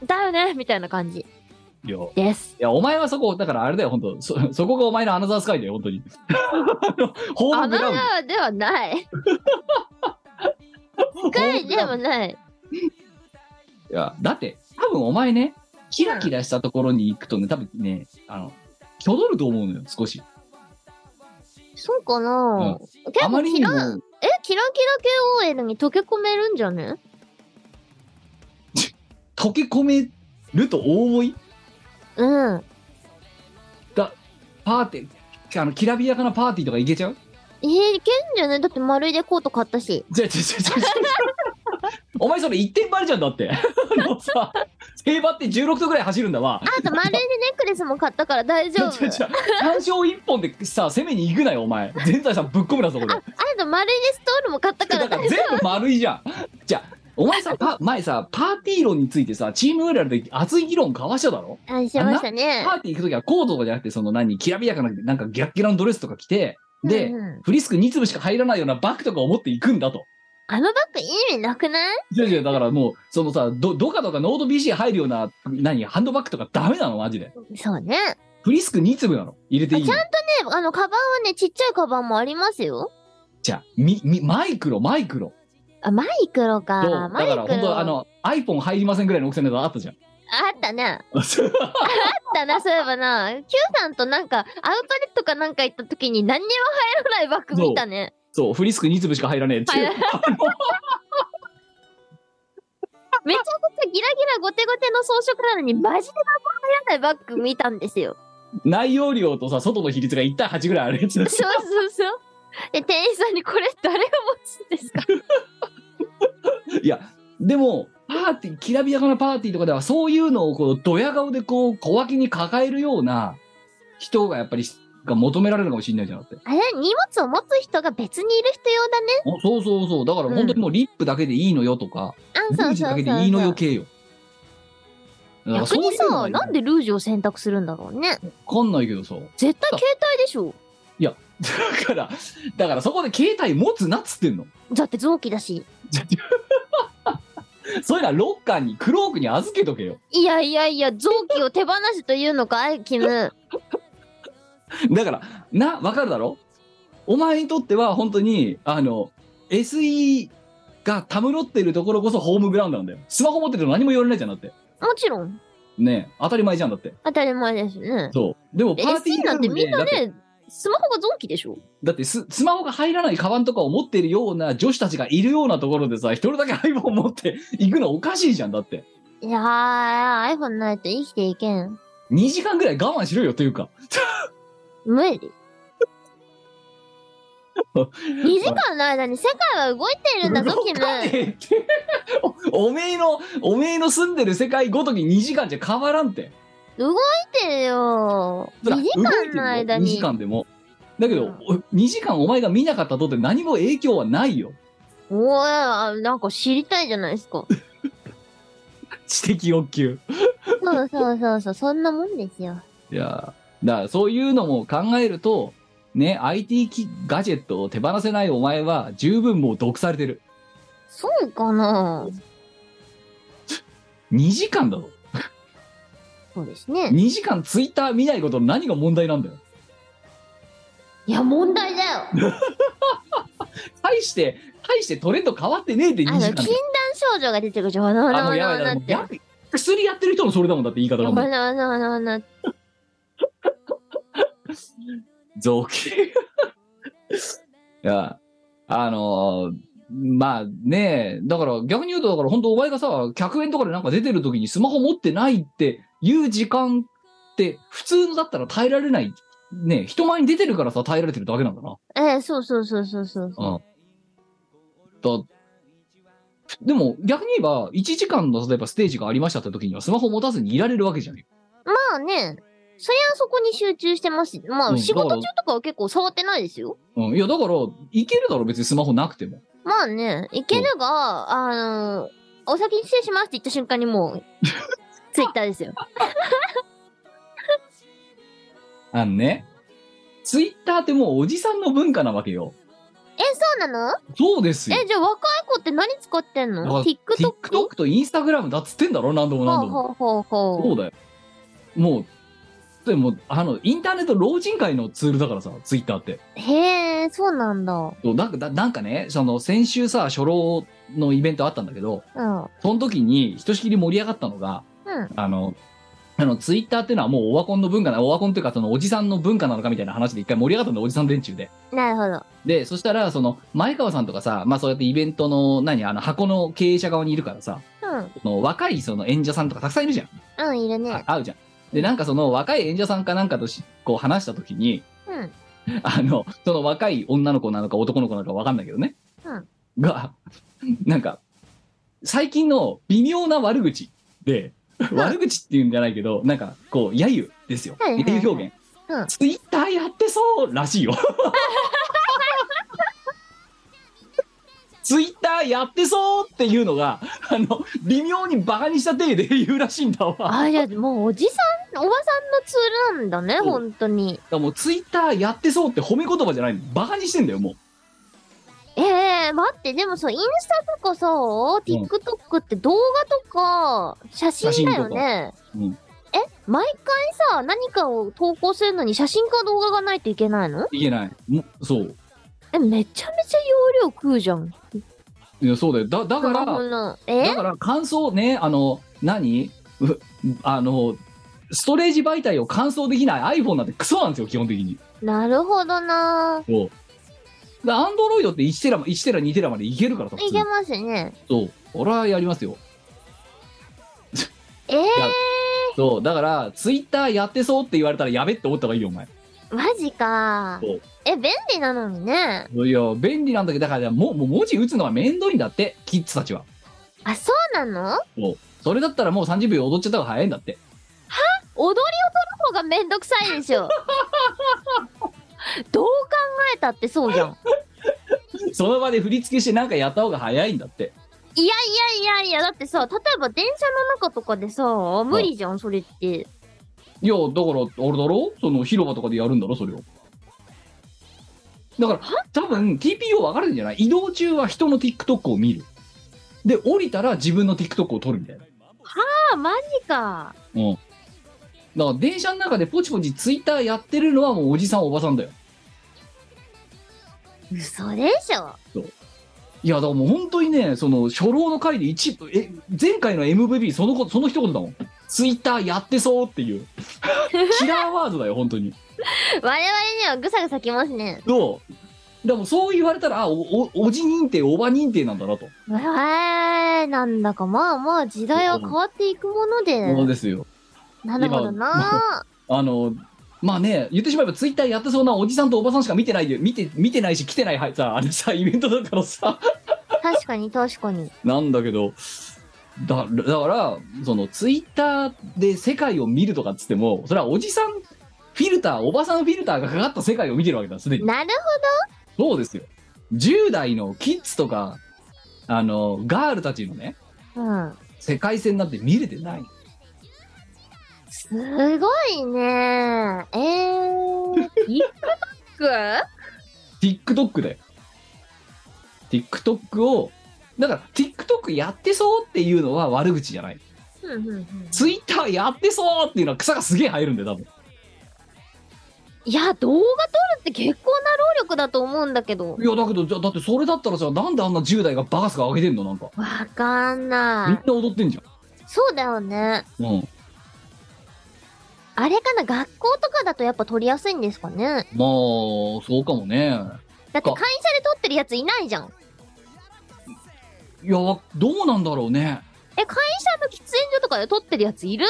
A: だよねみたいな感じ
C: いや、い
A: です。
C: やお前はそこ、だからあれだよ、本当そ、 *laughs* そこがお前のアナザースカイだよ、本当に。 *laughs* ホー
A: ア
C: ムグ
A: ナ
C: ラウンド。
A: ザーではない。
C: *laughs*
A: 深いでもない。
C: いや、だって、多分お前ね、キラキラしたところに行くとね、多分ね、あの、きょどると思うのよ、少し。
A: そうかな、結
C: あま
A: 構
C: り
A: キ
C: に
A: ラ
C: も、
A: えキラキラ KOL に溶け込めるんじゃね
C: 溶け込めるとお思い
A: うん。
C: だパーティーあのきらびやかなパーティーとかいけちゃう
A: えー、いけんじゃないだって丸いでコート買ったし。
C: じゃじゃじゃじゃお前それ一点張りじゃんだって *laughs* あのさ競馬って16度ぐらい走るんだわ
A: あと丸いでネックレスも買ったから大
C: *laughs*
A: 丈夫。あ
C: じゃじゃ単勝一本でさ攻めに行くなよお前全財産ぶっ込むなそこで
A: と丸いでストールも買ったから
C: だか *laughs*
A: 大
C: ら
A: 丈
C: 全部丸いじゃんじゃあお前
A: *laughs*
C: さパ前さパーティー論についてさチームウェルで熱い議論交わしただろ
A: 夫。あ、しましたね
C: パ。ーティー行くときはコートとかじゃなくてその何きらびやかななんかギャッギラのドレスとか着てで、
A: うんうん
C: フリスク2粒しか入らないようなバッグとかを持っていくんだと。
A: あのバッグ意味なくない
C: いやいや、だからもう、そのさ、ど、どかとかノート BC 入るような、何、ハンドバッグとかダメなのマジで。
A: そうね。ね、
C: フリスク2粒なの入れていいの
A: あの、カバンはね、ちっちゃいカバンもありますよ。
C: じゃあ、み、み、マイクロ、マイクロ。
A: あ、マイクロ
C: どう
A: か。
C: だ
A: マイ
C: か
A: ク
C: ら、
A: ロ。
C: 本当あの、iPhone 入りませんぐらいの大きさのやつあっ
A: *laughs*
C: たじゃん。
A: あったね。あったな、そういえばな。Q さんとなんか、アウトレットかなんか行った時に何にも入らないバッグ見たね。
C: そう、フリスク2粒しか入らねえっていう。 *laughs*
A: はいめちゃくちゃギラギラゴテゴテの装飾なのに、マジで何も入らないバッグ見たんですよ。
C: 内容量とさ、外の比率が1対8ぐらいある
A: *laughs*
C: やつ。
A: そうそうそう。で、店員さんにこれ誰が持つんですか
C: いや、でも、パーティー、きらびやかなパーティーとかでは、そういうのをこう、ドヤ顔でこう、小脇に抱えるような人がやっぱり、が求められるかもしれないじゃんだって。
A: あれ荷物を持つ人が別にいる人用だね。
C: おそうそうそう。だから本当にもうリップだけでいいのよとか、
A: あ、
C: ル
A: そ
C: ー
A: う
C: ジュ
A: そ
C: だ
A: う
C: け
A: そう
C: でいいの
A: そ
C: よ
A: う。
C: 系よ。だから
A: 逆
C: そう
A: に
C: いうの
A: さ、
C: は
A: なんでルージュを選択するんだろうね。
C: わかんないけどさ。
A: 絶対携帯でしょ。
C: だから、だからそこで携帯持つなっつってんの。
A: だって臓器だし。
C: そういうのはロッカーに、クロークに預けとけよ。
A: いやいやいや、臓器を手放すというのか、アイキ
C: *laughs*
A: ム。
C: だから、な、わかるだろお前にとっては本当に、あの、SE がたむろってるところこそホームグラウンドなんだよ。スマホ持ってると何も言われないじゃんだって。
A: もちろん。
C: ねえ当たり前じゃんだって。
A: 当たり前ですね。
C: そう。でもパーティ
A: SE
C: ー
A: なんてみんな
C: だって
A: ね、スマホが臓器でしょ
C: だってススマホが入らないカバンとかを持ってるような女子たちがいるようなところでさ、一人だけ iPhone 持って行くのおかしいじゃん、だって。
A: いやー、iPhone ないと生きていけん。
C: 2時間ぐらい我慢しろよというか。
A: 無
C: *laughs*
A: 理。2時間の間に世界は動いてるんだぞ、キム。
C: 動かねえって *laughs* おおめえの、おめえの住んでる世界ごとき2時間じゃ変わらんて。
A: 動いてるよ。
C: ほら
A: 2時間の間
C: 動いてるよ2時
A: に。
C: 間でも。だけど、
A: うん
C: 2時間お前が見なかったとって何も影響はないよ。 *laughs*
A: おー、なんか知りたいじゃないですか。
C: 知的欲求。
A: そうそうそうそう、そんなもんですよ。
C: いやーだからそういうのも考えると、ね、IT 機ガジェットを手放せないお前は十分もう毒されてる。
A: そうかな
C: 2時間だぞ。
A: そうですね。
C: 2時間ツイッター見ないことの何が問題なんだよ。
A: いや、問題だよ。
C: 対して、対してトレンド変わってねえって
A: あ
C: 2
A: の、禁断
C: 時間。
A: 症状が出てくるじゃん。わなわな
C: も
A: わ
C: う
A: な
C: やば
A: わ
C: い
A: なっ
C: だもう
A: て。
C: やばい薬やってる人もそれだもんだって言い方がも
A: わ
C: う。
A: なわなわなわなって
C: 造形。いや、あのーまあねだから逆に言うと、だから本当お前がさ、客円とかでなんか出てる時にスマホ持ってないっていう時間って、普通のだったら耐えられない。ね人前に出てるからさ、耐えられてるだけなんだな。
A: ええそうそうそうそうそうそう。
C: だでも逆に言えば1時間の例えばステージがありましたって時にはスマホ持たずにいられるわけじゃない
A: まあね、そりゃそこに集中してますし。まあ
C: うん
A: 仕事
C: だ
A: 中
C: か
A: とかは結構触ってないですよ。
C: うん、いやだからいけるだろ別にスマホなくても
A: まあね、いけるが、あのお先に失礼しますって言った瞬間にもう、ツイッターですよ。
C: あのねツイッターってもうおじさんの文化なわけよ
A: え、そうなの
C: そうですよ
A: え、じゃあ若い子って何使ってんの
C: だから
A: ?TikTok?
C: TikTok とインスタグラムだっつってんだろ何度も
A: ほ
C: 何度
A: うほ
C: も
A: うほう
C: そ
A: ほ
C: うだよもうでもあのインターネット老人会のツールだからさツイッターって
A: う。へえ、そうなんだ。うん。
C: そうだだなんかねその先週さ初老のイベントあったんだけど
A: うん。
C: その時にひとしきり盛り上がったのがあの、あの、ツイッターっていうのはもうオワコンの文化な、オワコンというかそのおじさんの文化なのかみたいな話で一回盛り上がったんだ、おじさん連中で。
A: なるほど。
C: で、そしたら、その、前川さんとかさ、まあそうやってイベントの、何、あの、箱の経営者側にいるからさ、
A: うん。
C: その若いその演者さんとかたくさんいるじゃん。
A: うん、いる
C: あ
A: ね。
C: 会うじゃん。で、なんかその若い演者さんかなんかとしこう話したときに、
A: うん。
C: あの、その若い女の子なのか男の子なのかわかんないけどね。
A: うん
C: が、なんか、最近の微妙な悪口で、悪口っていうんじゃないけど、なんか、こう、揶揄ですよ。
A: はいはいはい
C: 揶揄表現。
A: うん
C: ツイッターやってそうら
A: *laughs*
C: しいよ。ツイッターやってそうっていうのが、あの、微妙にバカにした体で言うらしいんだわ。だか
A: あ、いや、もうおじさん、おばさんのツールなんだね、
C: そう
A: 本当に。
C: らもうツイッターやってそうって褒め言葉じゃないの。バカにしてんだよ、もう。
A: ええ待って、でもそう、インスタとかさ、TikTok って動画とか、写真だよね。
C: 写真と
A: え毎回さ、何かを投稿するのに写真か動画がないといけないの
C: いけない。もそう。
A: え、めちゃめちゃ容量食うじゃん。
C: いやそうだよだだか
A: スマホ
C: ら
A: の。
C: だ
A: え
C: から感想ねあの何うあのストレージ媒体を完走できない iPhone なんてクソなんですよ基本的に
A: なるほどな
C: そうだアンドロイドって1テラ1テラ2テラまでいけるからさ普
A: い
C: 通
A: け
C: に
A: ますね。
C: そう俺はやりますよ
A: ええ
C: そうだからツイッターやってそうって言われたらやべって思った方がいいよお前
A: マジか
C: そう。
A: え、便利なのにね。
C: いや便利なんだけどだからもうもう文字打つのは面倒いんだってキッズたちは
A: あ、そうなの
C: そうそれだったらもう30秒踊っちゃった方が早いんだって
A: 踊りを取る方がめんどくさいでしょ。どう考えたってそうじゃん。
C: その場で振り付けしてなんかやった方が早いんだって
A: いやいやいやいや、だってさ、例えば電車の中とかでさ、無理じゃん、それって。
C: いやだからあれだろその広場とかでやるんだろそれをだから多分 TPO 分かれるんじゃない移動中は人の TikTok を見るで降りたら自分の TikTok を撮るみたいな
A: あ、マジか。
C: うんだから電車の中でポチポチ Twitter やってるのはもうおじさんおばさんだよ
A: 嘘でしょ。
C: いやだからもう本当にねその初老の回で一部え前回の MVP そのことその一言だもん Twitter やってそうっていうキラーワードだよ本当に
A: 我々にはぐさぐさきますね。
C: どうでもそう言われたらあおおおじ認定おば認定なんだなと
A: えー、なんだかまあまあ時代は変わっていくもので。
C: ものですよ
A: なるほどな。
C: あのまあね言ってしまえばツイッターやってそうなおじさんとおばさんしか見てないで見て見てないし来てないはいさあれさイベントだからさ *laughs*
A: 確かに確かに。
C: なんだけどだだからそのツイッターで世界を見るとかっつってもそれはおじさんフィルターおばさんフィルターがかかった世界を見てるわけだすでに
A: なる
C: そうですよ10代のキッズとかあのガールたちのね
A: ほど。うん。
C: 世界線なんて見れてない
A: すごいね。えー、TikTok?
C: TikTok だよ。TikTok を、だから TikTok やってそうっていうのは悪口じゃない。
A: うんうんうん。
C: Twitter やってそうっていうのは草がすげえ入るんだよ、多分。
A: いや、動画撮るって結構な労力だと思うんだけど。
C: いや、だけど、じゃだってそれだったらさ、なんであんな10代がバカスカ上げてんのなんか。
A: わかん
C: みん
A: な
C: な踊ってんじ
A: い。そうだよね。
C: ゃん。うん。
A: あれかな、学校とかだとやっぱ撮りやすいんですかね。
C: まあ、そうかもね。
A: だって会社
C: あ
A: で撮ってるやついないじゃん。
C: いや、わどうなんだろうね。
A: え、会社の喫煙所とかで撮ってるやついる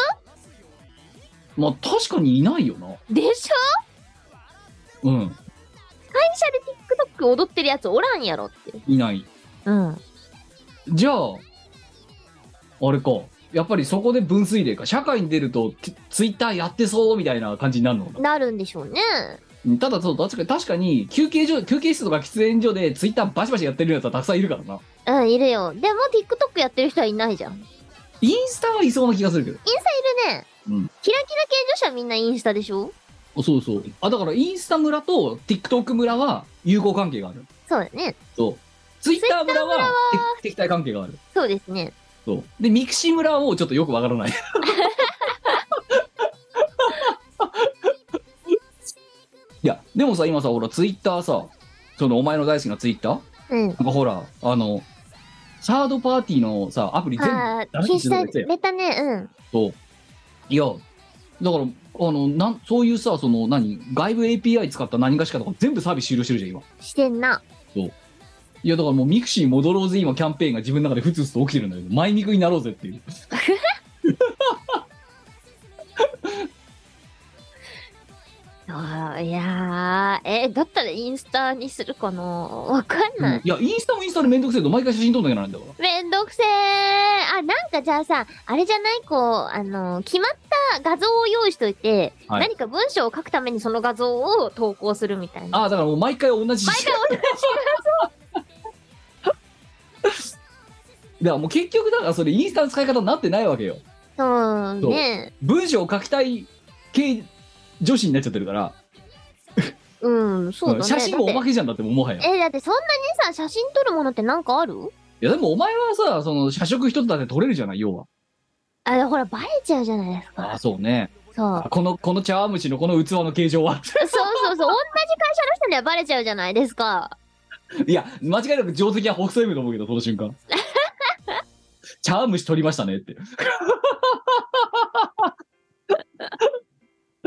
C: まあ、確かにいないよな。
A: でしょ
C: うん。
A: 会社で TikTok 踊ってるやつおらんやろって。
C: いない。
A: うん。
C: じゃあ、あれか。やっぱりそこで分水嶺か。社会に出ると、Twitter やってそうみたいな感じになるのかな
A: なるんでしょうね。
C: ただそう確かに確かに休憩所休憩室とか喫煙所でツイッターバシバシやってるやつはたくさんいるからな
A: うん、いるよ。でも TikTok やってる人はいないじゃん。いる
C: インスタはいそうな気がするけど
A: ね。
C: うん
A: キラキラ系女子はみんなインスタでしょ
C: そうそうあだからインスタ村と TikTok 村は友好関係がある
A: そうだね。
C: そうツイッター村はて敵対関係がある
A: そうですね。
C: そうでミクシー村はもうちょっとよくわから *laughs* ないいやでもさ今さほらツイッターさそのお前の大好きなツイッター
A: うん。
C: なんかほら、あの、サードパーティーのさ、アプリ全部
A: ああ、
C: ダメ
A: 消
C: にす
A: し
C: る
A: た
C: のが
A: れたね。うん。
C: そう。いや、だから、あの、なんそういうさ、その、何、外部 API 使った何かしかとか全部サービス終了してるじゃん、今。
A: してんな。
C: いや、だからもうミクシー戻ろうぜ、今、キャンペーンが自分の中でふつふつと起きてるんだけど、前ミクになろうぜっていう。
A: そういやー、えだったらインスタにするかなわかんない。
C: いや、インスタもインスタでめんどくせえと毎回写真撮んなきゃならないんだか
A: めんどくせーあ、なんかじゃあさ、あれじゃないこう、あの、決まった画像を用意しといて、
C: はい
A: 何か文章を書くためにその画像を投稿するみたいな。
C: ら。ああ、だからもう毎回同じ。
A: 毎回同じ
C: だからもう結局だからそれインスタの使い方になってないわけよ。
A: 画像。そうね。
C: 文章を書きたい系女子になっちゃってるから、
A: うん、そうだね。
C: 写真もお
A: だっ
C: まけじゃんだってもうもはや。
A: てえ、だってそんなにさ、写真撮るものってなんかある
C: いやでもお前はさ、その社食一つだって撮れるじゃない、要は。
A: あ、ほら、バレちゃうじゃないです
C: ああ、
A: か。
C: そうね。
A: そう。
C: この、この茶碗蒸しのこの器の形状は。 *laughs*
A: そうそうそう。同じ会社の人にはバレちゃうじゃないですか。
C: いや、間違いなく定石は北斎部と思うけど、その瞬間。茶碗蒸し取りましたねって。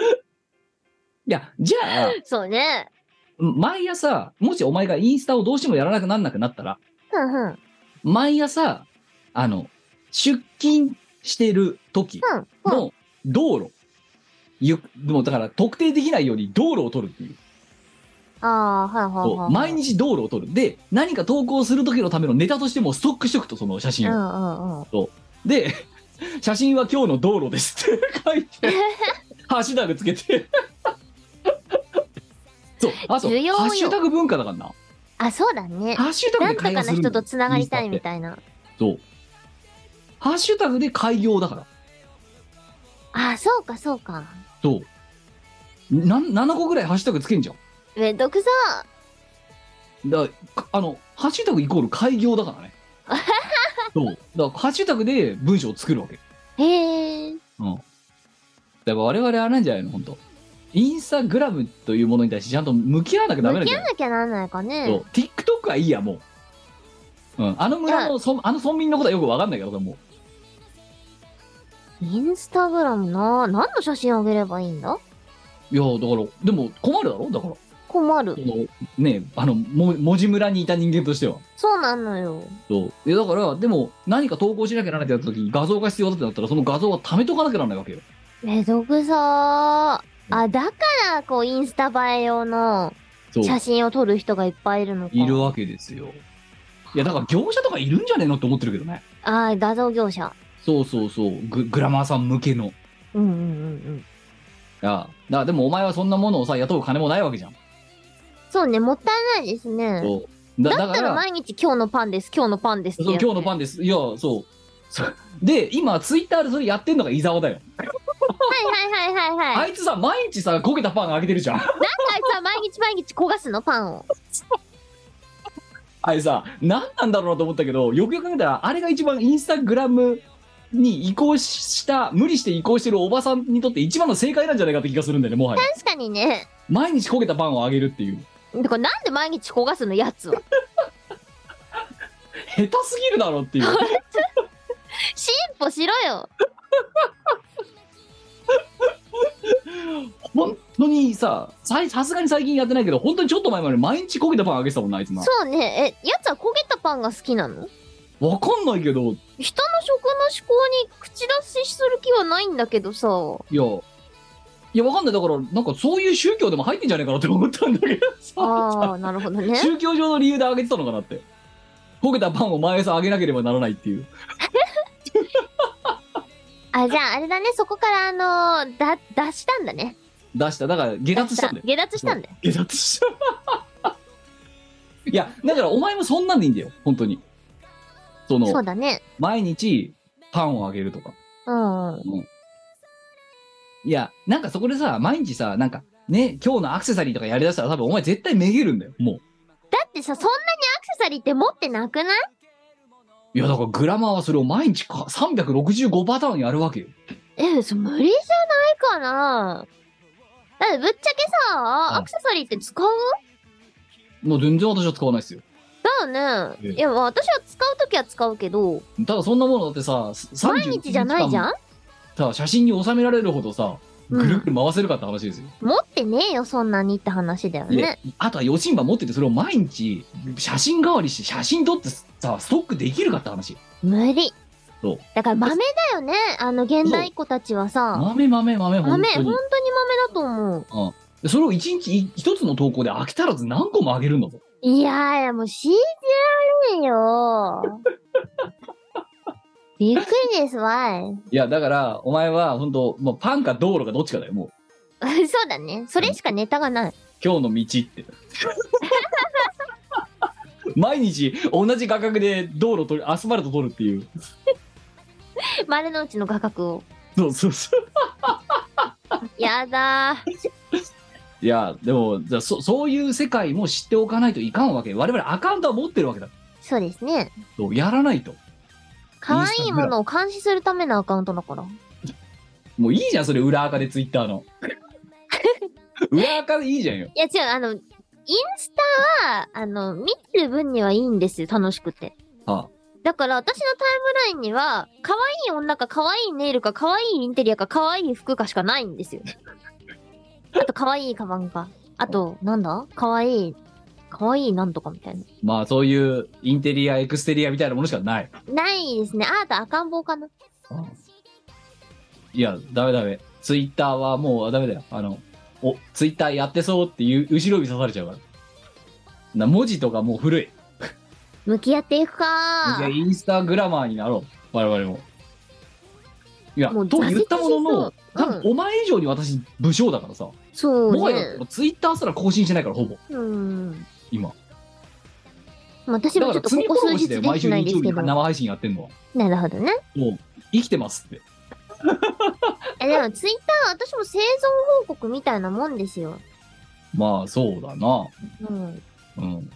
C: いや、じゃあ、
A: そうね。
C: 毎朝、もしお前がインスタをどうしてもやらなくなんなくなったら、
A: ふんふん。
C: 毎朝、あの、出勤してる時
A: ふんふん。
C: の道路。ゆでもだから特定できないように道路を取るっていう。
A: ああー、はいはい
C: こ
A: は
C: う
A: い。
C: 毎。日道路を取る。で、何か投稿する時のためのネタとしてもストックしとくと、その写
A: う
C: 真
A: ん
C: を。
A: うんうん。
C: で、 *laughs* 写真は今日の道路ですって書い
A: *laughs*
C: て、ハッシュタグつけて。 *laughs* そう、あ、そう、
A: 需要よ
C: ハッシュタグ文化だからな。
A: あ、そうだね。
C: ハッシュタ
A: なん
C: グ
A: と
C: で
A: か
C: 会
A: の
C: 話するんだ
A: 人
C: よ
A: とつながりたいみ
C: インス
A: たいな。
C: タってそう。ハッシュタグで開業だから。
A: あ、そうかそうか。
C: そう。なん7個ぐらいハッシュタグつけんじゃん。
A: めんどくさ。
C: だからかあの、ハッシュタグイコール開業だ
A: *laughs*
C: からね。そう。だからハッシュタグで文章を作るわけ。
A: へえ。
C: うん。だから我々あれなんじゃないの本当インスタグラムというものに対してちゃんと向き合わなきゃダメな
A: 向
C: んじ
A: き
C: ゃ
A: 合
C: な
A: わ
C: い
A: なきゃなんないか
C: そ
A: ね
C: う。。TikTok はいいや、もう。うん。あの村のそん、あの村民のことはよくわかんないから、も
A: インスタグラムな。何の写真あげればいいんだ
C: う。いや、だから、でも困るだろだから。
A: 困る
C: そ。のねあの、も文字村にいた人間としては。
A: そうなのよ。
C: そう。え、だから、でも、何か投稿しなきゃならないってなった時に画像が必要だってなったら、その画像は貯めとかなきゃならないわけよ。
A: めんどくさ。あ、だから、こう、インスタ映え用の
C: そう。
A: 写真を撮る人がいっぱいいるのか。
C: いるわけですよ。いや、だから業者とかいるんじゃねえのって思ってるけどね。
A: ああ、画像業者。
C: そうそうそう。ググラマーさん向けの。い
A: うんうんうんうん。
C: や、だからでもお前はそんなものをさ、雇う金もないわけじゃん。
A: そうね、もったいないですね。
C: そう。だ
A: だ
C: だ
A: っ
C: か
A: たら
C: ら、
A: 毎日今日のパンです、今日のパンですって
C: そう
A: やつ
C: 今日のパンです。いや、そう。そうで、今、ツイッターでそれやってんのが伊沢だよ。
A: はいはいはいはいは
C: あ
A: い。
C: いつさ、毎日さ、焦げたパンあげてるじゃん。 *laughs*
A: あいつは毎日毎日焦がすの、パンを。
C: あれさ、何なんだろうなと思ったけど、よくよく考えたら、あれが一番インスタグラムに移行した、無理して移行してるおばさんにとって一番の正解なんじゃないかって気がするんだよね、もはや。
A: 確かにね。
C: 毎日焦げたパンをあげるっていう。
A: てか、なんで毎日焦がすの、やつは。
C: 下手すぎるだろっていう
A: 進歩しろよ。
C: 本当にささいさすがに最近やってないけど本当にちょっと前まで毎日焦げたパンあげてたもんなあいつな
A: そうね、え、やつは焦げたパンが好きなの
C: わかんないけどい
A: 人の食の思考に口出しする気はないんだけどさ。
C: やいやわかんないだからなんかそういう宗教でも入ってんじゃねえかなって思ったんだけど
A: あ
C: さ
A: あ、なるほどね。
C: 宗教上の理由であげてたのかなって焦げたパンを毎朝あげなければならないっていう
A: あ、じゃああれだね、そこからあのー、だ、出したんだね。
C: 出しただから下脱したんだよ
A: 下脱したんだよ。
C: 下脱したいやだからお前もそんなんでいいんだよ本当にその
A: そうだね。
C: 毎日パンをあげるとか
A: うんうん。
C: いや、なんかそこでさ、毎日さ、なんか、ね、今日のアクセサリーとかやりだしたら多分お前絶対めげるんだよ、も。
A: だってさ、そんなにアクセサリーって持ってなくないう
C: いや、だからグラマーはそれを毎日か365パターンやるわけよ。
A: え、そ無理じゃないかなだってぶっちゃけさ、
C: ん
A: アクセサリーって使う
C: もう全然私は使わないですよ。
A: だよ
C: ええ
A: ね。いや、まあ私は使うときは使うけど、
C: ただそんなものだってさ、さ
A: 毎日じゃないじゃん
C: さ、写真に収められるほどさ、
A: うん
C: ぐるぐる回せるかって話ですよ。
A: 持ってねえよ、そんなにって話だよね
C: で。、あとは余震場持っててそれを毎日写真代わりして写真撮ってさ、ストックできるかって話。
A: 無理
C: そう。
A: だから豆だよね、あの現代っ子たちはさ。
C: 豆豆豆、本
A: 豆、
C: 当
A: 本当に
C: に
A: 豆。だと思う。
C: でそれを一日い一つの投稿で飽き足らず何個も上げるんだぞ。
A: いやーいや、もう信じられねえよ。びっくりですわい。
C: いや、だから、お前は本当もうパンか道路かどっちかだよ、もう。
A: *laughs* そうだね。それしかネタがない。
C: 今日の道って。 *laughs* 毎日同じ画角で道路取る、アスファルト取るっていう。
A: 丸の内の画角を。
C: そうそうそう。
A: やだー。
C: いや、でも、じゃあそそういう世界も知っておかないといかんわけ。我々アカウントは持ってるわけだ。
A: そうですね。
C: そうやらないと。
A: 可愛いものを監視するためのアカウントだから。
C: もういいじゃん、それ裏垢でツイッターの。裏垢でいいじゃんよ。
A: いや違う、あの、インスタは、あの、見てる分にはいいんですよ、楽しくて。
C: は
A: だから私のタイムラインには、可愛い女か可愛いネイルか可愛いインテリアか可愛い服かしかないんですよ。あと可愛いカバンか。あと、なんだ可愛い、可愛いなんとかみたいな。
C: あ、まあ、そういうインテリア、エクステリアみたいなものしかない。
A: ないですね。あ、あと赤ん坊かな。
C: いや、ダメダメ。ツイッターはもうダメだよ。あの、お、ツイッターやってそうっていう後ろ指刺されちゃうから。な文字とかもう古い。
A: 向き合っていくか
C: じゃあインスタグラマーになろう。我々も。いや、
A: もう
C: と言ったものの、
A: 挫折しそ
C: 多
A: ううん
C: 分お前以上に私武将だからさ。
A: そう
C: もはや
A: ね。
C: ツイッターすら更新してないから、ほぼ、
A: うん。
C: 今。
A: 私
C: だ
A: もちょ
C: から
A: っと
C: 罪
A: ここ数
C: 滅ぼし
A: 日
C: で
A: で
C: 毎
A: き
C: 週
A: な
C: 日
A: いで
C: 曜
A: す
C: 日
A: け
C: に
A: ど。
C: 生配信やってんのは。
A: なるほどね。
C: もう、生きてますって。
A: え、でもツイッター、私も生存報告みたいなもんですよ。
C: まあ、そうだな。
A: うん。
C: うん。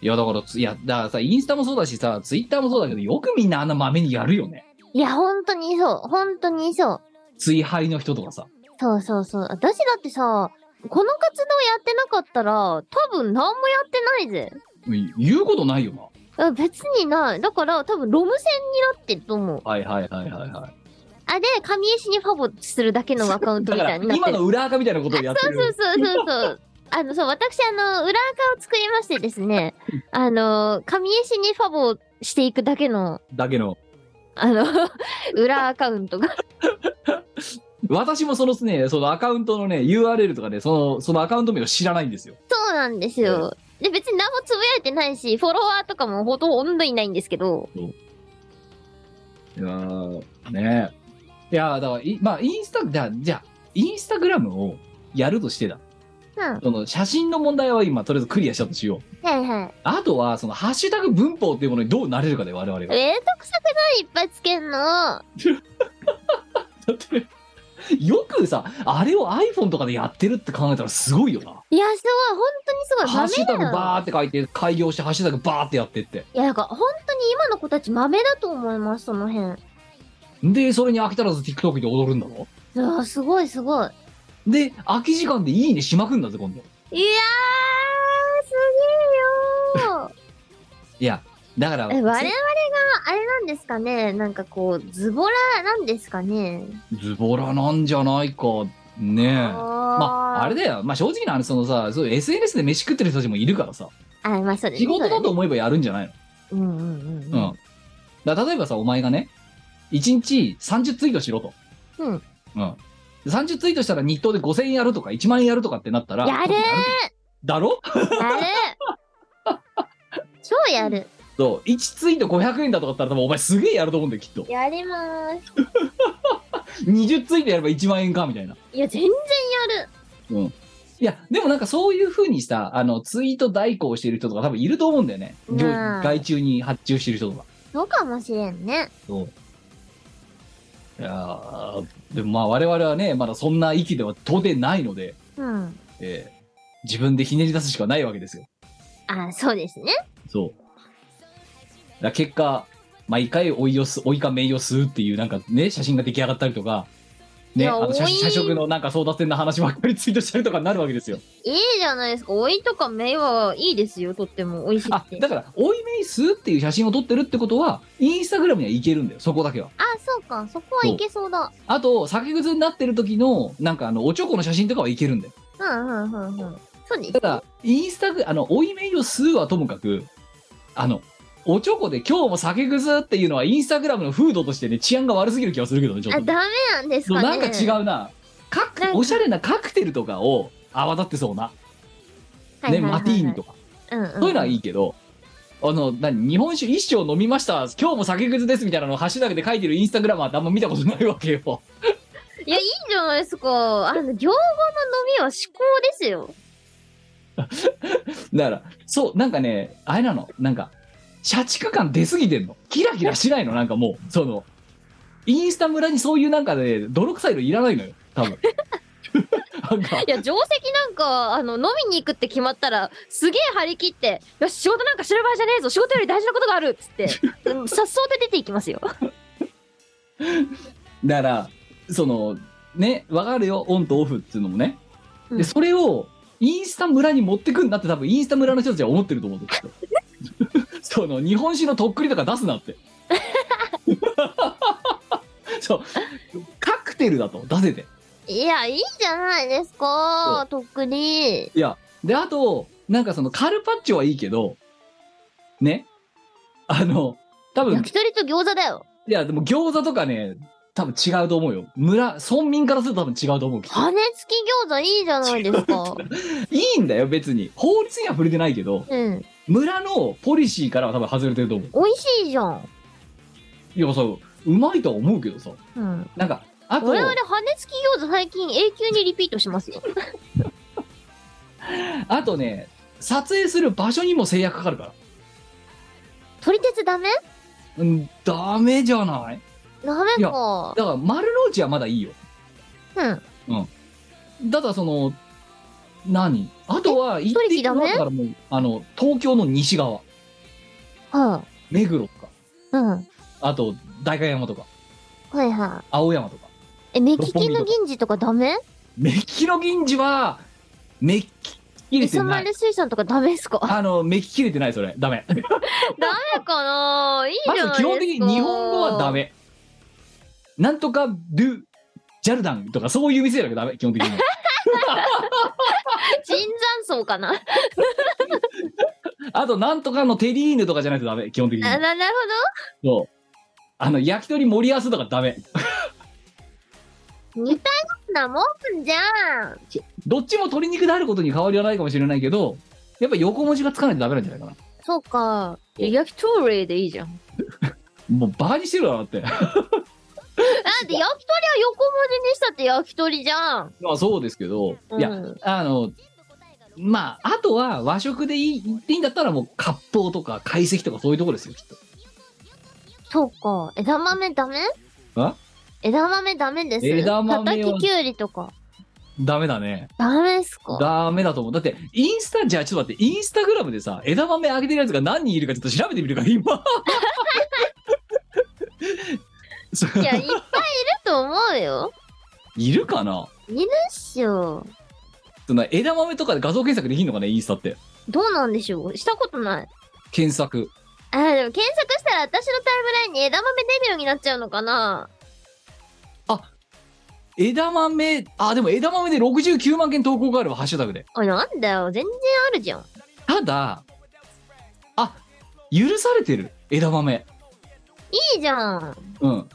C: いや、だからつ、いや、だからさ、インスタもそうだしさ、ツイッターもそうだけど、よくみんなあんな豆にやるよね。
A: いや、本当にそう。本当にそう。
C: 追廃の人とかさ。
A: そうそうそう。私だってさ、この活動やってなかったら、多分何もやってないぜ。
C: うん言うことないよな。
A: あ別にない。だから、多分ロム線になってると思う。
C: はいはいはいはいはい。
A: あ、で、上石にファボするだけのアカウント
C: だ
A: み
C: か
A: た
C: ら、
A: いになって
C: 今
A: る。
C: の裏垢みたいなことをやって
A: そうそう
C: る。
A: そうそうそう。あの、そう、私、あの、裏垢を作りましてですね、あの、上石にファボしていくだけの、
C: だけの。
A: あの、 *laughs* 裏アカウントが。
C: 私もそのね、そのアカウントのね、URL とかね、その、そのアカウント名を知らないんですよ。
A: そうなんですよ。で、別に何もつぶやいてないし、フォロワーとかもほとんどいないんですけど、
C: いやーねえ。いやーだから、いまあ、インスタ、じゃあじゃあインスタグラムをやるとしてだ。
A: うん。
C: その、写真の問題は今、とりあえずクリアしたとしよう。
A: はいはい。
C: あとは、その、ハッシュタグ文法っていうものにどうなれるかで、我々が。
A: めんどくさくないいっぱいつけんの。あ
C: だって *laughs* よくさ、あれを iPhone とかでやってるって考えたらすごいよな。
A: いや、すごい。本当に
C: ハッ
A: す
C: シ
A: ご
C: ュ
A: い。豆
C: タ
A: だ
C: グバ
A: よ。
C: ーって書いて、開業してハッシュタグバーってやってって。
A: いや、だから本当に今の子たち豆だと思います、その辺。
C: で、それに飽き足らず TikTok で踊るんだろ
A: いや、すごいすごい。
C: で、空き時間でいいねしまくんだぜ、今度。
A: いやー、すげえよー。
C: いや、だ *laughs* から、
A: え我々が、あれなんですかねなんかこう、ズボラなんですかね
C: ズボラなんじゃないか、ねえ。まあ、あれ
A: で
C: だよ。まあ、正直な話、そのさ、そういう SNS で飯食ってる人たちもいるからさ、
A: あ、まあそうです
C: 仕事だと思えばやるんじゃないの
A: そうだねうんうんうん。
C: うん。だから例えばさ、お前がね、1日30ツイートしろと。
A: うん
C: うん。30ツイートしたら日当で5000円やるとか1万円やるとかってなったら。
A: やるー
C: だろ
A: や
C: *laughs*
A: る超やる。
C: そう。1ツイート500円だとかだったら多分お前すげえやると思うんだよ、きっと。
A: やりまーす。
C: 20ツイートやれば1万円か、みたいな。
A: いや、全然やる。
C: うん。いや、でもなんかそういう風にさ、あの、ツイート代行してる人とか多分いると思うんだよね。
A: うん
C: 上外注に発注してる人とか。
A: そうかもしれんね。
C: そう。いやーでもまあ我々はね、まだそんな域では到底ないので、
A: うん。
C: えー自分でひねり出すしかないわけですよ。
A: あ、そうですね。
C: そう。だから結果、毎回追いをす、追いか名誉するっていう、なんかね、写真が出来上がったりとか、
A: い
C: ね、
A: や
C: あの
A: 多
C: 写
A: い
C: 社食のなんか争奪戦の話ばっかりツイートしたりとかになるわ
A: *laughs*
C: けですよ。
A: いいじゃないですか。おいとかめいはいいですよ。とっても美味し
C: あ
A: く、て。
C: だから、追い名すっていう写真を撮ってるってことは、インスタグラムにはいけるんだよ、そこだけは。
A: あ、そうか。そこはいけそうだ。
C: あと、酒くずになってる時の、なんかあの、おちょこの写真とかはいけるんだよ。
A: うんうんうんうん。そうです
C: た。だ、インスタグ、あの、追い名をすはともかく、あの、おちょこで今日も酒くずっていうのはインスタグラムの風土としてね、治安が悪すぎる気がするけどね、ちょっ
A: あ、
C: と。
A: ダメなんです
C: そう
A: かね。
C: なんか違
A: う。
C: うな。カク
A: なんか
C: おしゃれなカクテルとかを、泡立ってそうな、
A: はいはいはいはい
C: ね、マティーニとか、
A: うんうん、
C: そういうのはいいけど、あの、何、日本酒一升飲みました、今日も酒くずですみたいなのをハッシュタグで書いてるインスタグラマーってあんま見たことないわけよ。
A: いや、いいじゃないですか。あの、行語の飲みは思考ですよ。
C: だから、そう、なんかね、あれなの、なんか、社畜感出すぎてんの。キラキラしないの、なんかもう、その、インスタ村にそういうなんかで、泥臭いのいらないのよ、
A: *laughs*
C: 多分。なんか
A: い、や、定石なんか、あの、飲みに行くって決まったら、すげえ張り切って、よし、仕事なんか知る場合じゃねえぞ、仕事より大事なことがあるっつっ
C: *laughs*
A: て、うんさっそうで出ていきますよ。
C: だから、その、ね、わかるよ、オンとオフっていうのもね。
A: う
C: で、
A: ん
C: それを、インスタ村に持ってくんだって多分、インスタ村の人たちは思ってると思うんだけど。 *laughs* その、日本酒のとっくりとか出すな
A: *laughs*
C: って。そう、カクテルだと、出せて。
A: いや、いいじゃないですか、とっくに。
C: いや、で、あと、なんかその、カルパッチョはいいけど、ね。あの、多分
A: 焼、き鳥と餃子だよ。
C: いや、でも餃子とかね、多分違うと思うよ。村、村民からすると多分違うと思う。きっと
A: 羽根付き餃子いいじゃない
C: *laughs*
A: ですか。
C: いいんだよ、別に。法律には触れてないけど、
A: うん。美
C: 村のポリシーからは多分外れてると思う。
A: 味しいじゃん。
C: いや、さ、うまいとは思うけどさ。
A: うん。
C: なんか、あと、
A: 我々羽根付き餃子最近永久にリピートし
C: *laughs*
A: ますよ。
C: あとね、撮影する場所にも制約かかるから。
A: 撮り鉄ダメ
C: うん、ダメじゃない
A: ダメか。
C: だから、丸の内はまだいいよ。
A: うん。
C: ただ、その、何あとは、一
A: 取引ダメ
C: だからもう、あの、東京の西側、
A: は
C: 目黒とか、
A: あ、うん。
C: あと、代官山とか、
A: はいは
C: 青山とか。
A: い。え、目利きの銀次とかダメ
C: 目利きの銀次は、目利き切れて
A: 磯
C: ない。
A: 丸水産とかダメっすか
C: あの、目利き切れてない、それ。ダメ。
A: *laughs* ダメかないいじゃない
C: ま
A: ですか。
C: ず基本的に日本語はダ。メ。なんとか、ドゥ、ジャルダンとかそういう店だけダメ、基
A: *laughs*
C: 本的に。
A: 椿山荘かな
C: あと、なんとかのテリーヌとかじゃないとダメ、基本的に。
A: あななる
C: そう。あの、焼き鳥盛り合わせとかダメ。
A: ほど。似たようなもんじゃん。
C: どっちも鶏肉であることに変わりはないかもしれないけど、やっぱ横文字がつかないとダメなんじゃないかな。
A: そうか。いや焼き鳥でいいじゃん。
C: もうバカにしてるだろだって。
A: だって焼き鳥は横文字にしたって焼き鳥じゃん。
C: まあそうですけど、
A: うん、
C: いや、あの、まあ、あとは和食でいい、言っていいんだったらもう、割烹とか懐石とかそういうところですよ、きっと。
A: そうか。枝豆ダメ
C: あ
A: 枝豆ダメです。
C: 枝豆は
A: 叩ききゅうりとか。
C: ダメだね。
A: ダメっすか
C: ダメだと思う。だって、インスタ、じゃあちょっと待って、インスタグラムでさ、枝豆上げてるやつが何人いるかちょっと調べてみるから、今。そう
A: いや、いっぱいいると思うよ。
C: *laughs* いるかない
A: るっしょ。
C: その枝豆とかで画像検索できるのかね、インスタって。
A: どうなんでしょうしたことない。
C: 検索。
A: あーでも検索したら私のタイムラインに枝豆出るようになっちゃうのかな
C: 枝豆、あ、でも枝豆で69万件投稿があるわ、ハッシュタグで。
A: あ、なんだよ。全然あるじゃん。
C: ただ、あ、許されてる、枝豆。
A: いいじゃん。
C: うん。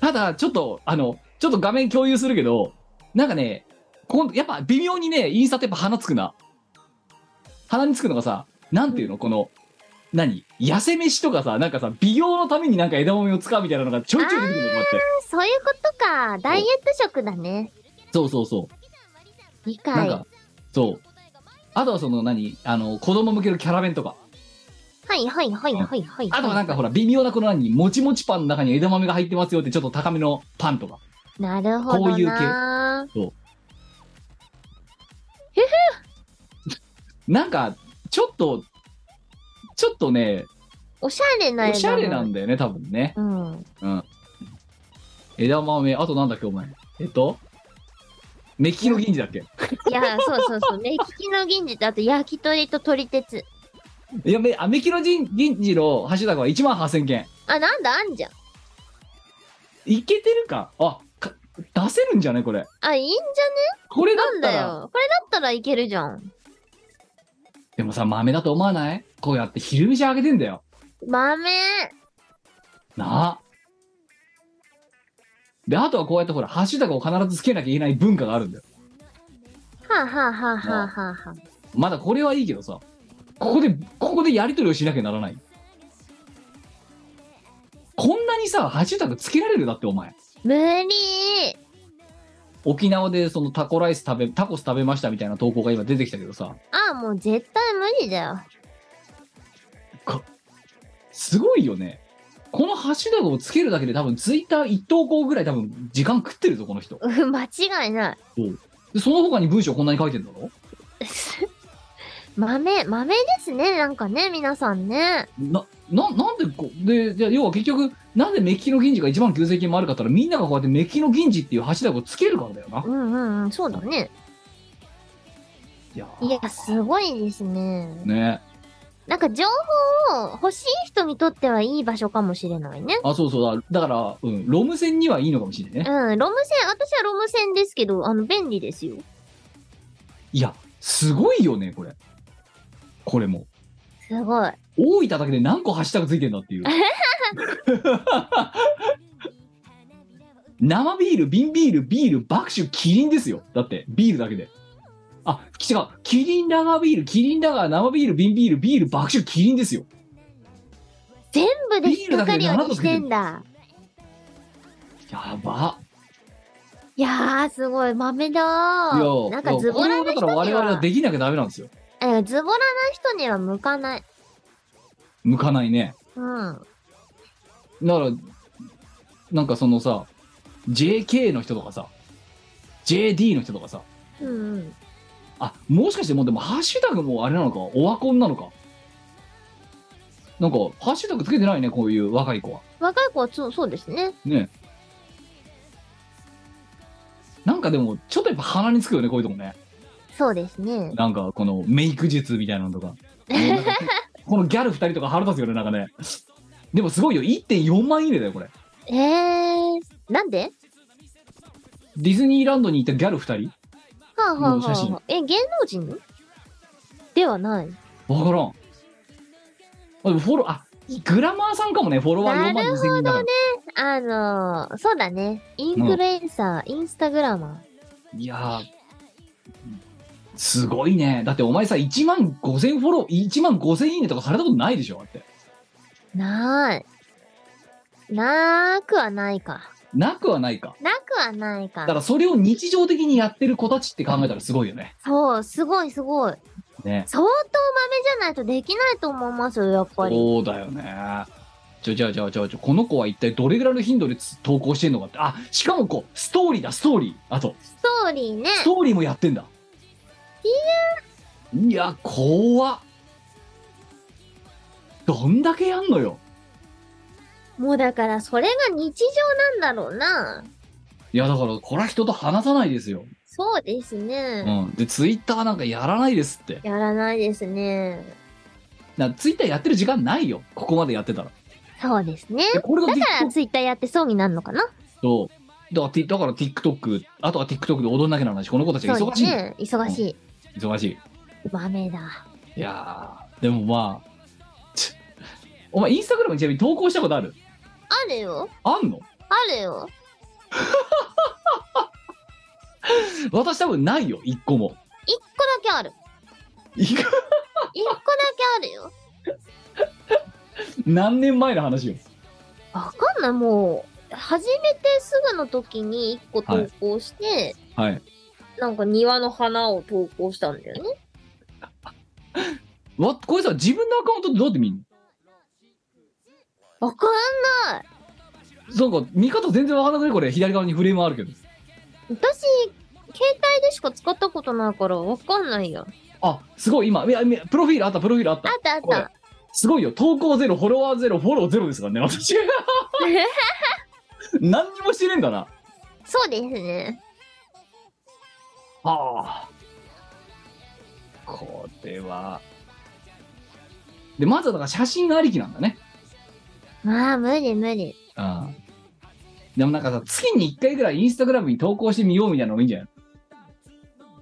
C: ただ、ちょっと、あの、ちょっと画面共有するけど、なんかね、ここやっぱ微妙にね、インスタってやっぱ鼻つくな。鼻につくのがさ、なんていうのこの、何痩せ飯とかさ、なんかさ、美容のためになんか枝豆を使うみたいなのがちょいちょい出てくるのこうやって。
A: そういうことか。ダイエット食だね。
C: そうそうそう。
A: 理
C: なん
A: 解。は
C: か、そう。あとはその何あの、子供向けのキャラ弁とか。
A: いはいはいはいはい。
C: あとはなんかほ
A: ら。
C: ら、微妙なこの何もちもちパンの中に枝豆が入ってますよって、ちょっと高めのパンとか。
A: なるほどな。
C: こういう系そうなんか、ちょっと、ちょっとね、
A: おしゃれな枝豆。
C: おしゃれなんだよね、多分ね。
A: うん。
C: 枝豆、あとなんだっけ、お前。えっと、メキの銀次だっけ
A: いや、そうそうそう。目利きの銀次って、あと焼き鳥と鳥鉄。
C: いや、めあメキの銀銀次のハッシュタグは1万8000件。
A: あ、なんだ、あんじゃん。
C: いけてるかあか出せるんじゃないこれ。
A: あ、いいんじ
C: これ
A: ゃ
C: だ
A: ねな
C: っ
A: ん
C: た
A: だ
C: ら。
A: よ。これだったらいけるじゃん。
C: でもさ、豆だと思わないこうやって昼飯あげてんだよ。
A: 豆。
C: なあ。で、あとはこうやってほら、ハッシュタグを必ずつけなきゃいけない文化があるんだよ。
A: はあ、はあはあはあはあはあ、
C: まだこれはいいけどさ、ここで、ここでやり取りをしなきゃならない。こんなにさ、ハッシュタグつけられるだって、お前。
A: 無理
C: 沖縄でそのタコライス食べ、タコス食べましたみたいな投稿が今出てきたけどさ、
A: ああ、もう絶対無理だよ。 *laughs*
C: すごいよね。このハッシュタグをつけるだけで多分ツイッター1投稿ぐらい多分時間食ってるぞ、この人。
A: うん間違いない。 *laughs*
C: で、その他に文章こんなに書いてんだろ
A: 豆、豆ですね、なんかね、皆さんね。
C: な、な、なんでこ、で、じゃあ要は結局、なんでメッキの銀次が1万9000円もあるかって言ったら、みんながこうやってメッキの銀次っていうハッシュタグをつけるからだよな
A: う。んうんうん、そうだね。
C: いや
A: い
C: ー
A: や、すごいですね。
C: ね
A: なんか情報を欲しい人にとってはいい場所かもしれないね。
C: あ、そうそうだ。だから、うん、ロム線にはいいのかもしれないね。
A: うん、ロム線、私はロム線ですけど、あの、便利ですよ。
C: いや、すごいよね、これ。これも。
A: すごい。
C: 大分だけで何個ハッシュタグついてんだっていう。 *laughs* 生ビール、瓶ビール、ビール、爆酒、キリンですよ。だって、ビールだけで。あ、違う。キリンラガービール、キリンラガー、生ビール、瓶ビール、ビール、爆酒、キリンですよ。
A: 全部で引っかかるようにしてんだ。
C: やば。
A: いやー、すごい、豆だ
C: いや、
A: ー。なんかズボラな
C: これはだ
A: 人
C: から
A: に
C: 我々は
A: は、
C: できなきゃダメなんですよ。
A: えズボラな人には向かない。
C: 向かないね。
A: うん。
C: だから、なんかそのさ、JK の人とかさ、JD の人とかさ、
A: うんうん。
C: あ、もしかしてもうでもハッシュタグもあれなのか、オワコンなのか。なんか、ハッシュタグつけてないね、こういう若い子は。
A: 若い子はそうそうですね。
C: ねなんかでも、ちょっとやっぱ鼻につくよね、こういうとこね。
A: そうですね。
C: なんか、このメイク術みたいなのとか。なんかこのギャル二人とか腹立つよね、なんかね。でもすごいよ、1.4万いいねだよ、これ。
A: えー、なんで
C: ディズニーランドにいたギャル二人
A: はあはあ
C: の写
A: は
C: 真
A: あ。え、芸能人ではない。
C: わからん。あ、でもフォロー、あ、グラマーさんかもね、フォロワー4万2千人だから。
A: あのー、そうだね。インフルエンサー、インスタグラマ
C: いやー、すごいね。だってお前さ、1万5千フォロー、1万5千いいねとかされたことないでしょだって。
A: ー。なーい。なーくはないか。
C: なくはないか。
A: なくはない
C: だか
A: か。
C: らそれを日常的にやってる子たちって考えたらすごいよね。
A: そう、すごいすごい。
C: ね。
A: 相当豆じゃないとできないと思いますよ、やっぱり。
C: そうだよね。じゃあじゃあじゃあじゃあじゃあこの子は一体どれぐらいの頻度でつ投稿してんのかって。あ、しかもこう、ストーリーだ、ストーリー。あと、
A: ストーリーね。
C: ストーリーもやってんだ。いや。いや、怖っ。どんだけやんのよ。
A: もうだから、それが日常なんだろうな。
C: いや、だから、これは人と話さないですよ。
A: そうですね。
C: うん。で、ツイッターなんかやらないですって。
A: やらないですね。
C: なツイッターやってる時間ないよ。ここまでやってたら。
A: そうですね。
C: で、これが
A: だから
C: TikTok
A: ツイッターやってそうになるのかな。
C: と、だから Tik- だから TikTok、あとは TikTok で踊んなきゃならないし、この子たちが
A: そう
C: 忙
A: で
C: し
A: す
C: い。
A: ね。忙しい。
C: 忙し
A: マメだ。
C: い。いやー、でもまあ、ちお前、インスタグラムにちなみに投稿したことある
A: あるよ。
C: あんの
A: あるよ。
C: 私多分ないよ、一個も。
A: 一個だけある。
C: いか
A: 一個だけあるよ。
C: 何年前の話よ。
A: わかんない。もう、初めてすぐの時に一個投稿して、
C: はい。
A: なんか庭の花を投稿したんだよね。
C: わ、これさ、自分のアカウントってどうやって見る
A: わかん
C: のなんか、見方全然わからなくないこれ、左側にフレームあるけど。
A: 私、携帯でしか使ったことないからわかんないよ。
C: あ、すごい、今、いやいやプロフィールあった、プロフィールあった
A: あ。ったあっ
C: これ
A: た。
C: すごいよ。投稿ゼロ、フォロワーゼロ、フォローゼロですからね、 *laughs* 私。何にもしてねえんだな。
A: *laughs* そうですね。
C: ああ。これは。で、まずはだから写真ありきなんだね。
A: まあ、無理無理。
C: うん。でもなんかさ、月に1回ぐらいインスタグラムに投稿してみようみたいなのもいいんじゃない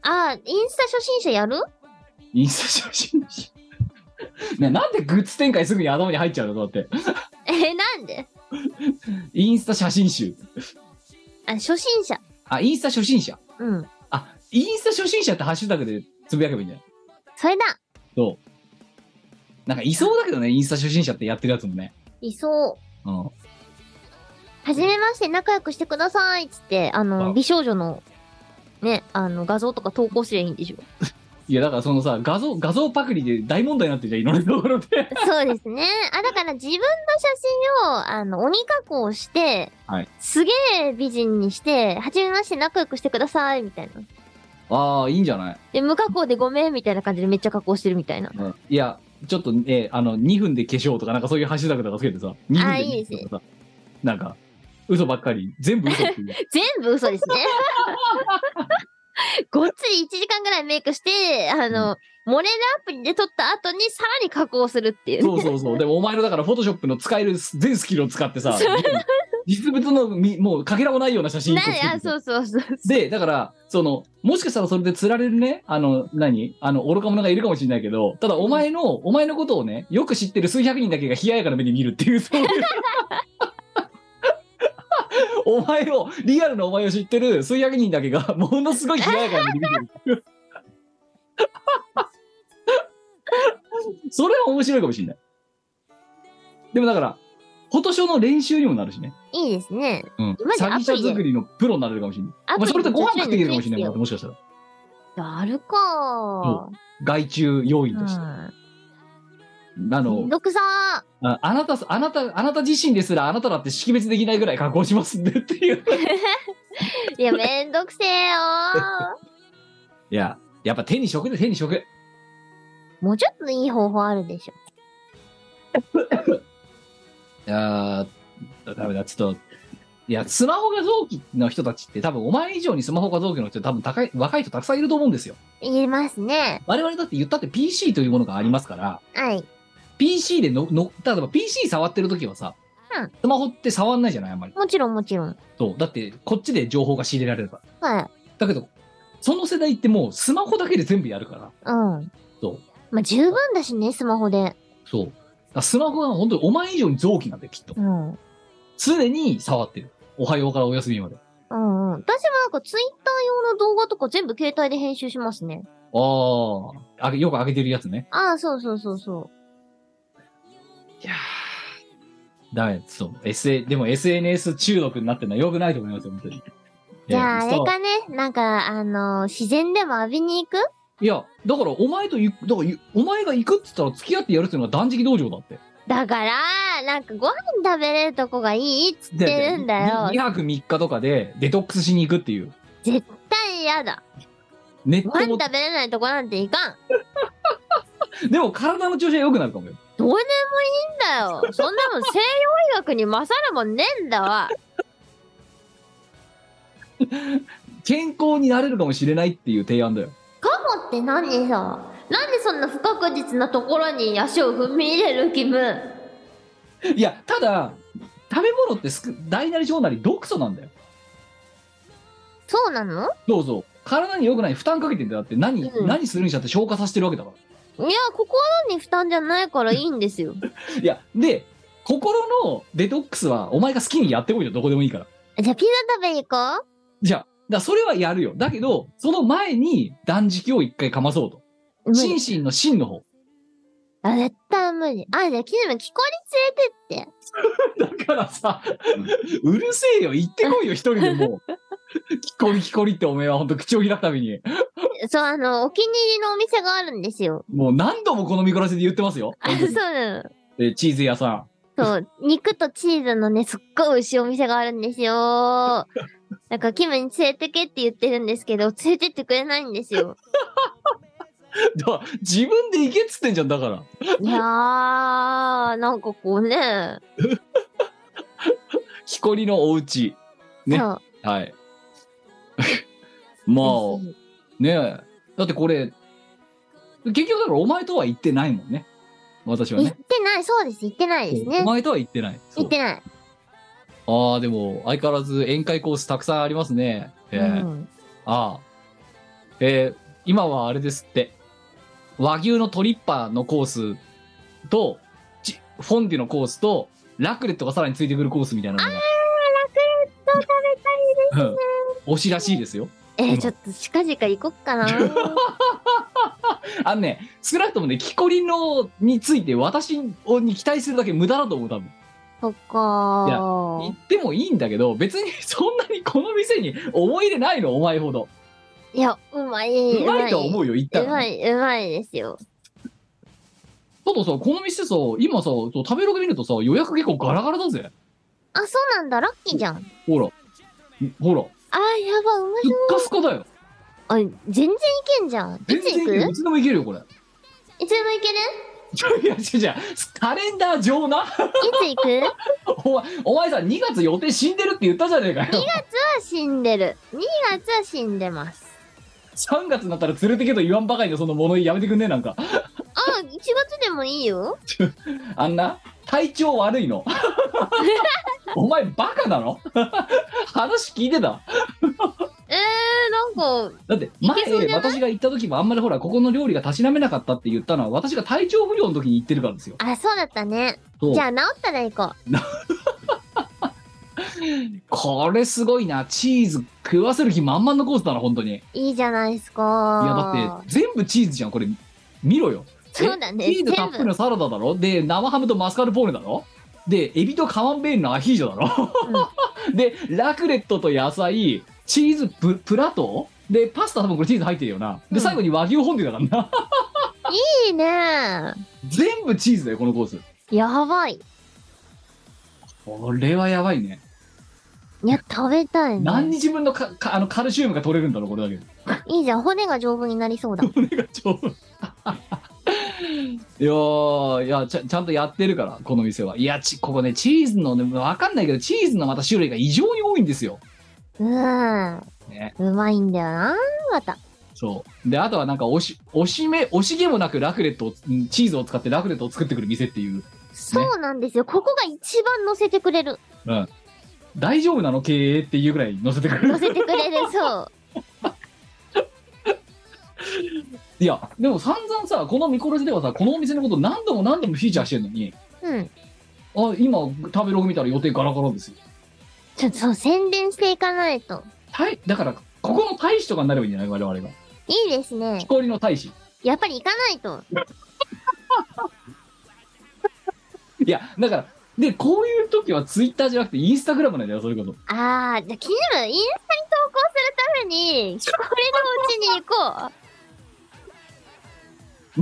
A: あ、インスタ初心者やる
C: インスタ写真集 *laughs* ね、なんでグッズ展開すぐに頭に入っちゃうのだって。
A: え、なんで
C: インスタ写真集。
A: あ、初心者。
C: あ、インスタ初心者。
A: うん。
C: あ、インスタ初心者ってハッシュタグでつぶやけばいいんじゃない
A: それだ
C: どうなんかいそうだけどね、インスタ初心者ってやってるやつもね。
A: いそう。
C: うん。
A: はじめまして、仲良くしてくださいっつって、あ
C: あ
A: の、美少女の、ね、あの、画像とか投稿すりゃいいんでしょ。
C: いや、だからそのさ、画像、画像パクリで大問題になってるじゃん、いろんなところで。
A: *laughs*
C: *laughs*
A: そうですね。あ、だから自分の写真を、あの、鬼加工して、
C: はい
A: すげえ美人にして、はじめまして、仲良くしてください、みたいな。
C: ああ、いいんじゃない、
A: で、無加工でごめん、みたいな感じでめっちゃ加工してるみたいな。
C: うん、いや、ちょっとね、あの、2分で化粧とか、なんかそういうハッシュタグとかつけてさ、2
A: あ
C: 分
A: ー
C: で
A: いい
C: ね
A: ですね
C: とかさ、なんか、嘘ばっかり、全部嘘っ
A: *laughs*
C: ていう。
A: 全部嘘ですね。ごっつり1時間ぐらいメイクして、あの、モレルアプリで撮った後にさらに加工するっていうね。
C: そうそうそう。でもお前のだから、フォトショップの使える全スキルを使っ
A: *laughs*
C: てさ
A: そ、
C: 実物のみ、もうかけらもないような写真を
A: な
C: 撮って
A: あ、そうそうそうそう。
C: で、だから、その、もしかしたらそれで釣られるね、あの、何あの、愚か者がいるかもしれないけど、ただお前の、お前のことをね、よく知ってる数百人だけが冷ややかな目で見るっていう、 *laughs* そういう。お前を、リアルなお前を知ってる数百人だけが、ものすごい冷ややかな目で見てるっていう。それは面白いかもしれない。でもだから、フォトショーの練習にもなるしね。
A: いいですね。
C: うん
A: マ。ジ
C: 詐欺
A: アプ
C: 者
A: リで
C: 作りのプロになれるかもしれない。お前それでご飯食っていけるかもしれないもんだってもしかしたら。
A: やるか
C: 外注要員として。
A: ー。
C: あ
A: うん。めん
C: の
A: どくさー。
C: あ、あなた、あなた、あなた自身ですら、あなただって識別できないぐらい加工しますんでっていう。
A: いや、めんどくせえよ *laughs*
C: いや、やっぱ手に職で手に職。
A: ー。もうちょっといい方法あるでしょ。
C: いやー、ダメだ、ちょっと。いや、スマホが臓器の人たちって多分お前以上にスマホが臓器の人多分高い、若い人たくさんいると思うんですよ。
A: 言えますね。
C: 我々だって言ったって PC というものがありますから、
A: はい。
C: PC での、の、例えば PC 触ってる時はさ
A: うん、
C: スマホって触んないじゃないあんまり。
A: もちろんもちろん。
C: そう。だって、こっちで情報が仕入れられるから。
A: はい。
C: だけど、その世代ってもうスマホだけで全部やるから。
A: うん。
C: そう。
A: まあ、十分だしね、スマホで。
C: そう。だからスマホは本当にお前以上に臓器なんだよ、きっと
A: う。ん。うん
C: 常に触ってる。おはようからお休みまで。あ
A: うん。私もなんかツイッター用の動画とか全部携帯で編集しますね。
C: あ。あげよく上げてるやつね。
A: ああ、そうそうそうそ
C: いやー。ダメ、そう。SA、でも SNS 中毒になってるのは良くないと思いますよ、本当に。
A: う。じゃあ、あ
C: えー
A: れ
C: そう
A: かね、なんか、あのー自然でも浴びに行く
C: いや、だからお前と行く、だからゆお前が行くっつったら付き合ってやるっていうのが断食道場だって。
A: だから、なんかご飯食べれるとこがいいっつってるんだよ
C: 2。泊3日とかでデトックスしに行くっていう。
A: 絶対嫌だ。
C: ネット
A: ご飯
C: も
A: 食、べれないとこなんていかん。
C: でも体の調子は良くなるかもよ。
A: どうでもいいんだよ。そんなもん西洋医学に勝るもんねえんだわ。
C: 健康になれるかもしれないっていう提案だよ。
A: カモって何さ。なんでそんな不確実なところに足を踏み入れる気分
C: いや、ただ、食べ物ってすく大なり小なり毒素なんだよ。
A: そうなの
C: どうぞ。体に良くない負担かけてんだよだって何、
A: うん
C: 何するにしたって消化させてるわけだか
A: いや、心に負担じゃないからいいんですよ。
C: ら。いや、で、心のデトックスはお前が好きにやってこいよ、どこでもいいから。
A: じゃあピザ食べに行こう
C: じゃあ、だからそれはやるよ。だけど、その前に断食を一回かまそうと。
A: 無理。
C: 心身の心の方。
A: あ、絶対無理。あ、じゃあキム、木こり連れてって。
C: だからさ、うるせえよ、行ってこいよ、一人でもう。きこりきこりっておめえは本当口を開くたびに。
A: そう、あの、お気に入りのお店があるんですよ。
C: もう何度もこの見殺しで言ってますよ。
A: あ、そうなの。
C: えーチーズ屋さん。 *laughs*
A: そう、肉とチーズのね、すっごい美味しいお店があるんですよ。なんか、キムに連れてけって言ってるんですけど、連れてってくれないんですよ。
C: だ自分で行けっつってんじゃんだから
A: いやー、なんかこうね、
C: 木こりのお家ね
A: そう
C: はい *laughs* まあ
A: ぜ
C: ねえだってこれ結局だからお前とは行ってないもんね私
A: ひ
C: は
A: 行っ
C: ね
A: てない、そうです、行ってないです
C: お
A: ね。
C: 前とは行ってないそ
A: 行
C: う
A: ってない。
C: ああでも相変わらず宴会コースたくさんありますねえー
A: うん
C: ああえー今はあれですって和牛のトリッパーのコースとちフォンデュのコースとラクレットがさらについてくるコースみたいなの
A: ラ
C: が
A: クレット食べたいで
C: うん推しらしいですよ。
A: えー、ちょっと近々行こっか
C: *laughs*
A: な。
C: あのね、少なくともね、木こりのについて私をに期待するだけ無駄だと思う、多分。
A: そっ
C: いや
A: か
C: 行ってもいいんだけど、別にそんなにこの店に思い入れないの、お前ほど。
A: いや、うまい。
C: うまいとは思うよ、行った
A: う
C: ら
A: ま
C: ね。
A: い、うまいですよ。
C: たださ、この店さ、今さ、そう食べログ見るとさ、予約結構ガラガラだぜ。
A: あ、そうなんだ、ラッキーじゃん。
C: ほら。んほら。
A: あー、やば、うます
C: っかすかだよ。
A: あ、全然行けんじゃん。いつ
C: 全然
A: 行
C: い
A: く
C: ける。いつでもいけるよ、これ。
A: いつでも行ける
C: いや、違う違う。カレンダー上
A: い
C: な。 *laughs*
A: つ行くは
C: お前、お前さ、2月予定死んでるって言ったじゃねえかよ。
A: 死んでる。2月は死んでます。
C: 3月になったら連れてけと言わんばかりのその物言いやめてくんねえ、なんか。
A: あ、1月でもいいよ。
C: あんな体調悪
A: *laughs*
C: いのお前バカなの *laughs* 話聞いてた
A: えー、なんか、
C: だって
A: いけそうじゃ
C: 前
A: ない
C: 私が行った時もあんまりほらここの料理がたしなめなかったって言ったのは私が体調不良の時に行ってるからですよ
A: あ、そうだったね。
C: そう
A: じゃあ治ったら行こう。
C: これすごいなチーズ食わせる気満々のコースだな本当にい
A: いいじゃないです
C: や
A: か。
C: だって全部チーズじゃんこれ見ろよ
A: そうだね。全
C: チーズたっぷり
A: 部。
C: のサラダだろで生ハムとマスカルポーネだろでエビとカマンベールのアヒージョだろ、 *laughs* でラクレットと野菜チーズププラトーでパスタ多分これチーズ入ってるよな
A: う
C: で
A: ん
C: 最後に和牛本ンデ
A: *laughs*
C: ュだからな
A: いいね。
C: 全部チーズだよこのコース
A: やばい。
C: これはやばいね
A: いや、食べたい
C: 何
A: ね。
C: 日分のかかあのカルシウムが取れるんだろうこれだけで
A: いいじゃん。骨が丈夫になり
C: *laughs*
A: そうだ。
C: これが超 *laughs* いやーいやちゃちゃんとやってるからこの店はいやちここねチーズのねわかんないけどチーズのまた種類が異常に多いんですよ
A: うん。
C: ね
A: うまいんだよな、また。
C: そう。で、あとはなんか、おし、おしめ、惜しげもなくラクレットを、うんチーズを使ってラクレットを作ってくる店っていう。
A: そうなんですよ。ここが一番乗せてくれる。
C: 大丈夫なの経営っていうぐらい載せてく
A: 乗 *laughs*
C: る。
A: せてくれる、そう。
C: いや、でも散々さ、このミコラジではさ、このお店のこと何度も何度もフィーチャーしてるのに、 *laughs*
A: うん。
C: あ、今、食べログ見たら予定ガラガラですよ。
A: ちょっとそう、宣伝していかないと。
C: たい、だから、ここの大使とかになればいいんじゃない我々が。
A: いいですね
C: 木。こりの大使。
A: やっぱり行かないと。
C: いや、だから、で、こういう時はツイッターじゃなくてインスタグラムなんだよ、それこそ。
A: あー、じゃあ気になる。インスタに投稿するために、これのうちに行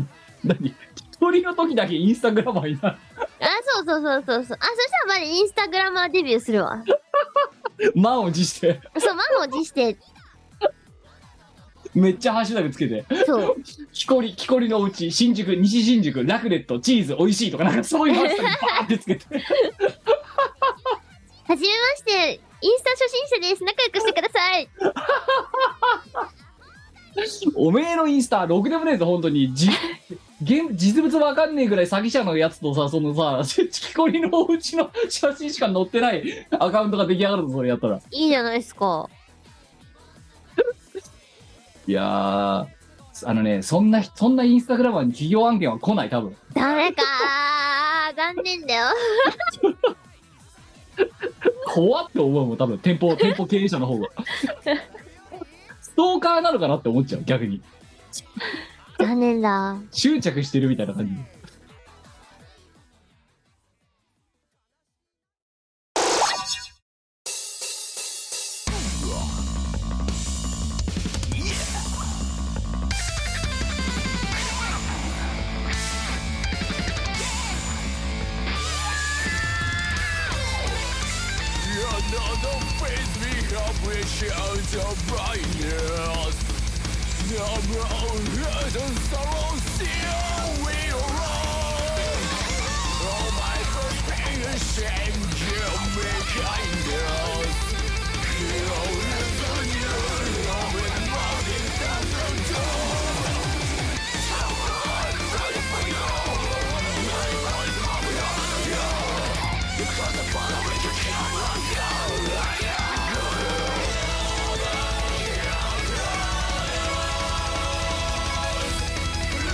A: こ
C: 何木こりの時だけインスタグラマーにな
A: う。
C: る。
A: あ、そうそうそうそうそう。あ、そしたらまだインスタグラマーデビューするわ。
C: 満を持して、
A: そう、満を持して、
C: めっちゃハッシュタグつけて。
A: そう。
C: 木こり、木こりのうち、新宿、西新宿、ラクレット、チーズ、美味しいとか、なんかそういうハッシュタグバーってつけて、
A: はじめまして、インスタ初心者です。仲良くしてください。
C: おめえのインスタ、ろくでもねえぞ、本当に。じ現実物わかんねえぐらい詐欺者のやつとさ、そのさ、木こりのおうちの写真しか載ってないアカウントが出来上がるぞ、それやったら。
A: いいじゃないですか。
C: いやー、あのね、そんな、そんなインスタグラマーに企業案件は来ない、多分。
A: ダメかー。残念だよ。
C: 怖って思うもん、多分。店舗、店舗経営者の方が。ストーカーなのかなって思っちゃう、逆に。
A: 残念だ。
C: 執着してるみたいな感じ。
D: Another face we have reached out of brightness. Number of hurt and sorrow still we roll. All my first pain and shame give me kindness. Heal is the new love and love is doesn't do. Love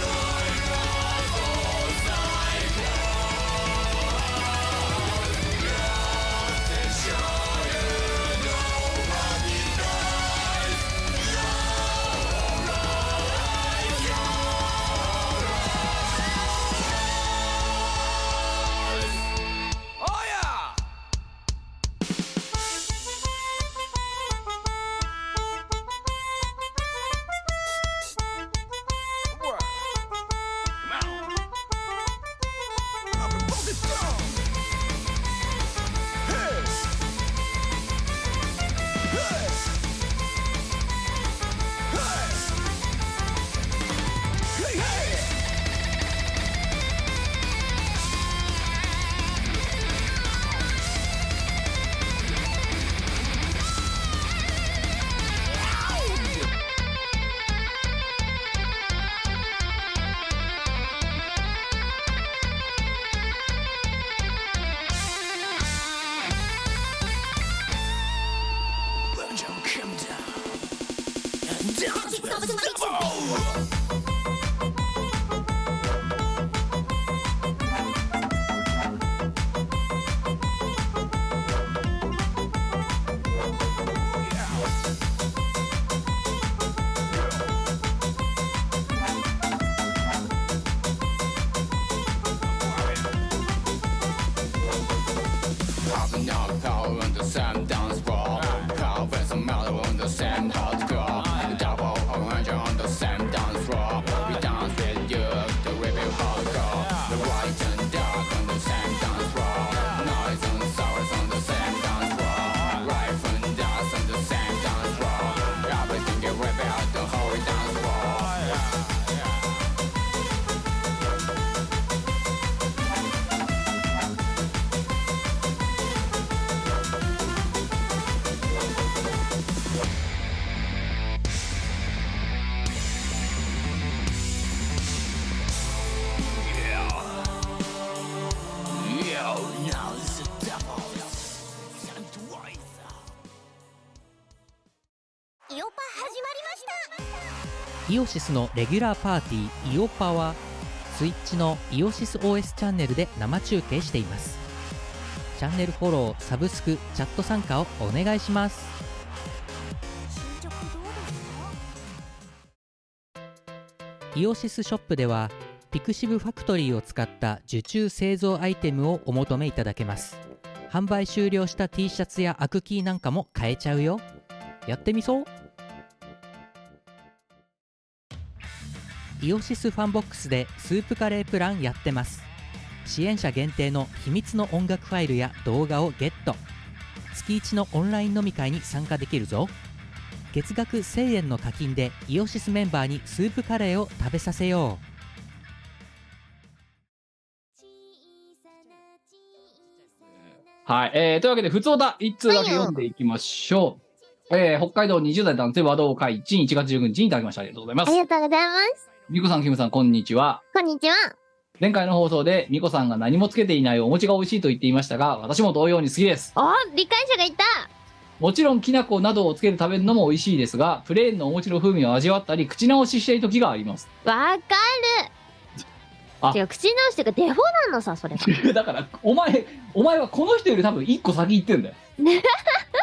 D: knock out on the same dance floor. How is the matter on the same hot girl? Double orange on the same dance floor. We dance with you, the review hot girl. The white and dark on the same dance floor. Noise and sours on the same dance floor. Rife and dust on the same dance floor. Everything you rip out the whole dance floor. Yeah, now it's the devil. And twice.
E: イオパ始まりました
B: イオシスのレギュラーパーティーイオパはスイッチのイオシス OS チャンネルで生中継していますチャンネルフォローサブスクチャット参加をお願いします
E: 進捗どうですか
B: イオシスショップではピクシブファクトリーを使った受注製造アイテムをお求めいただけます販売終了した T シャツやアクキーなんかも買えちゃうよやってみそうイオシスファンボックスでスープカレープランやってます支援者限定の秘密の音楽ファイルや動画をゲット月1のオンライン飲み会に参加できるぞ月額1000円の課金でイオシスメンバーにスープカレーを食べさせよう
C: はい。えー、というわけで、普通だ、一通だけ読んでいきましょう。えー、北海道20代男性和道会一員1月19日にいただきました。ありがとうございま
A: あり
C: す。
A: がとうございます。
C: みこさん、キムさん、こんにちは。
A: こんにちは。
C: 前回の放送で、みこさんが何もつけていないお餅が美味しいと言っていましたが、私も同様に好きです。
A: あ、理解者がいた。
C: もちろん、きな粉などをつけて食べるのも美味しいですが、プレーンのお餅の風味を味わったり、口直ししている時があります。 *laughs*
A: わか
C: あ
A: る。違う、口直しというかデフォなのさ、それ。
C: *laughs* だから、お前、お前はこの人より多分一個先行ってんだよ。 *laughs*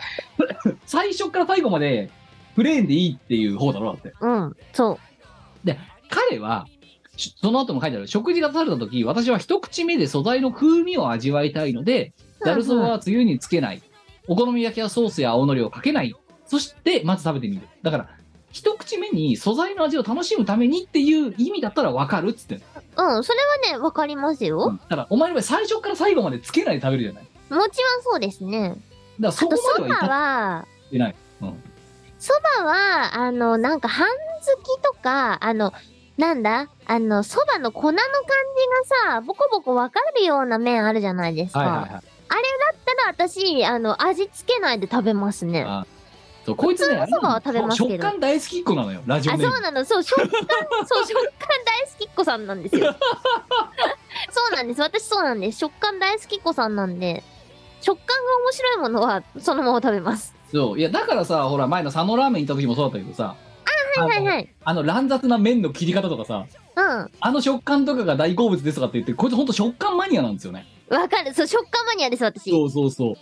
C: 最初から最後まで、プレーンでいいっていう方だろ、だって。
A: うん、そう。
C: 彼は、しその後も書いてある、食事がされた時、私は一口目で素材の風味を味わいたいので、ざるそばはつゆにつけない。お好み焼きはソースや青のりをかけない。そして、まず食べてみる。だから、一口目に素材の味を楽しむためにっていう意味だったらわかるっつってんの
A: うん、それはね、わかりますよ。
C: うんただ、お前の場合最初から最後までつけないで食べるじゃない。だか
A: 餅はそうですね。
C: ら、
A: あ、
C: そこと
A: そ
C: までは
A: ば
C: 至っ
A: は、
C: てない。
A: そばは、あの、なんか、半月とか、あの、なんだあの、そばの粉の感じがさ、ボコボコわかるような麺あるじゃないですか。
C: はいはいはい。
A: ただ私、あの、味付けないで食べますね。
C: あそうこいつね、あれ
A: 普通のそばは食べますけど
C: 食感大好きっ子なのよ、ラジオ
A: あ、
C: ネ
A: そ
C: ー
A: う
C: ム。
A: なの、そう、食
C: *laughs*
A: 感、そう、食感大好きっ子さんなんですよ。そうなんです、私そうなんです。食感大好きっ子さんなんで、食感が面白いものは、そのまま食べます。
C: そう。いや、だからさ、ほら、前の佐野ラーメン行った時もそうだったけどさ、
A: はいは
C: あ
A: い
C: の
A: はい。
C: あの乱雑な麺の切り方とかさ、
A: うん。
C: あの食感とかが大好物ですとかって言って、こいつほんと食感マニアなんですよね。
A: わかる。そう、食感マニアです、私。
C: そうそうそう。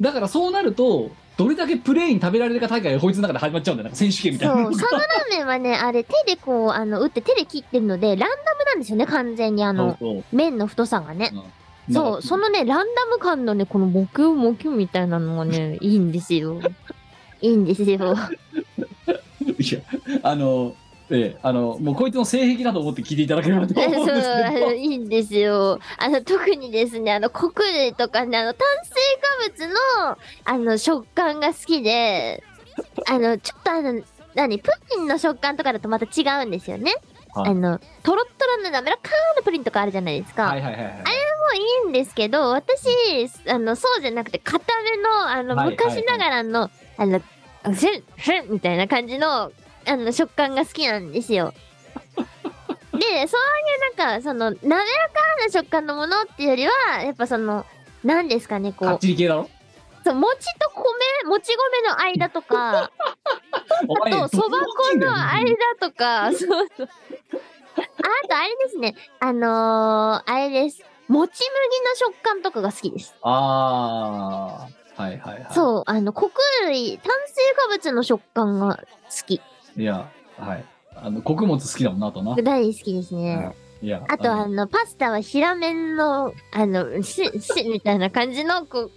C: だからそうなると、どれだけプレーン食べられるか大会がこいつの中で始まっちゃうんだよ。なんか選手権みたい
A: そ
C: な
A: う、。サナラーメンはね、あれ、手でこう、あの、打って手で切ってるので、ランダムなんですよね、完全に、あの、
C: そう
A: 麺の太さがね。
C: そう
A: そう、そのね、ランダム感のね、この、もきゅもきゅみたいなのがね、いいんですよ。いいんですよ。
C: いや、あの、ええ、あの、もうこいつの性癖だと思って聞いていただければ
A: *laughs*
C: と
A: そう
C: 思うんです
A: あ
C: けど
A: の、。いいんですよ。あの、特にですね、あの、穀類とかね、あの、炭水化物の、あの、食感が好きで、あの、ちょっとあの、何プリンの食感とかだとまた違うんですよね。
C: はい
A: あの、とろっとろの滑らかなプリンとかあるじゃないですか。
C: はいはいはいはい。
A: もういいんですけど、私、あの、そうじゃなくて、固めの、あの、
C: はい
A: 昔ながらの、あの、ふん、ふんみたいな感じの、あの、食感が好きなんです
C: *laughs*
A: よ。で、そういうなんか、その、滑らかな食感のものっていうよりは、やっぱその、なんですかね、こ
C: かっ
A: う
C: ちり系だろ
A: そう、餅と米、もち米の間とか、
C: *laughs* お前ね
A: あと、そば粉の間
C: い
A: とか、そうそう。あと、あれですね、あのー、あれです。もち麦の食感とかが好きです。
C: ああ、はいはいはい。
A: そう、あの、穀類、炭水化物の食感が好き。
C: う。いや、はい。あの、穀物好きだもんな、あとな。
A: 大好きですね。
C: いや、
A: あと、
C: の
A: あの、パスタは平麺の、あの、し、し、みたいな感じの、こう、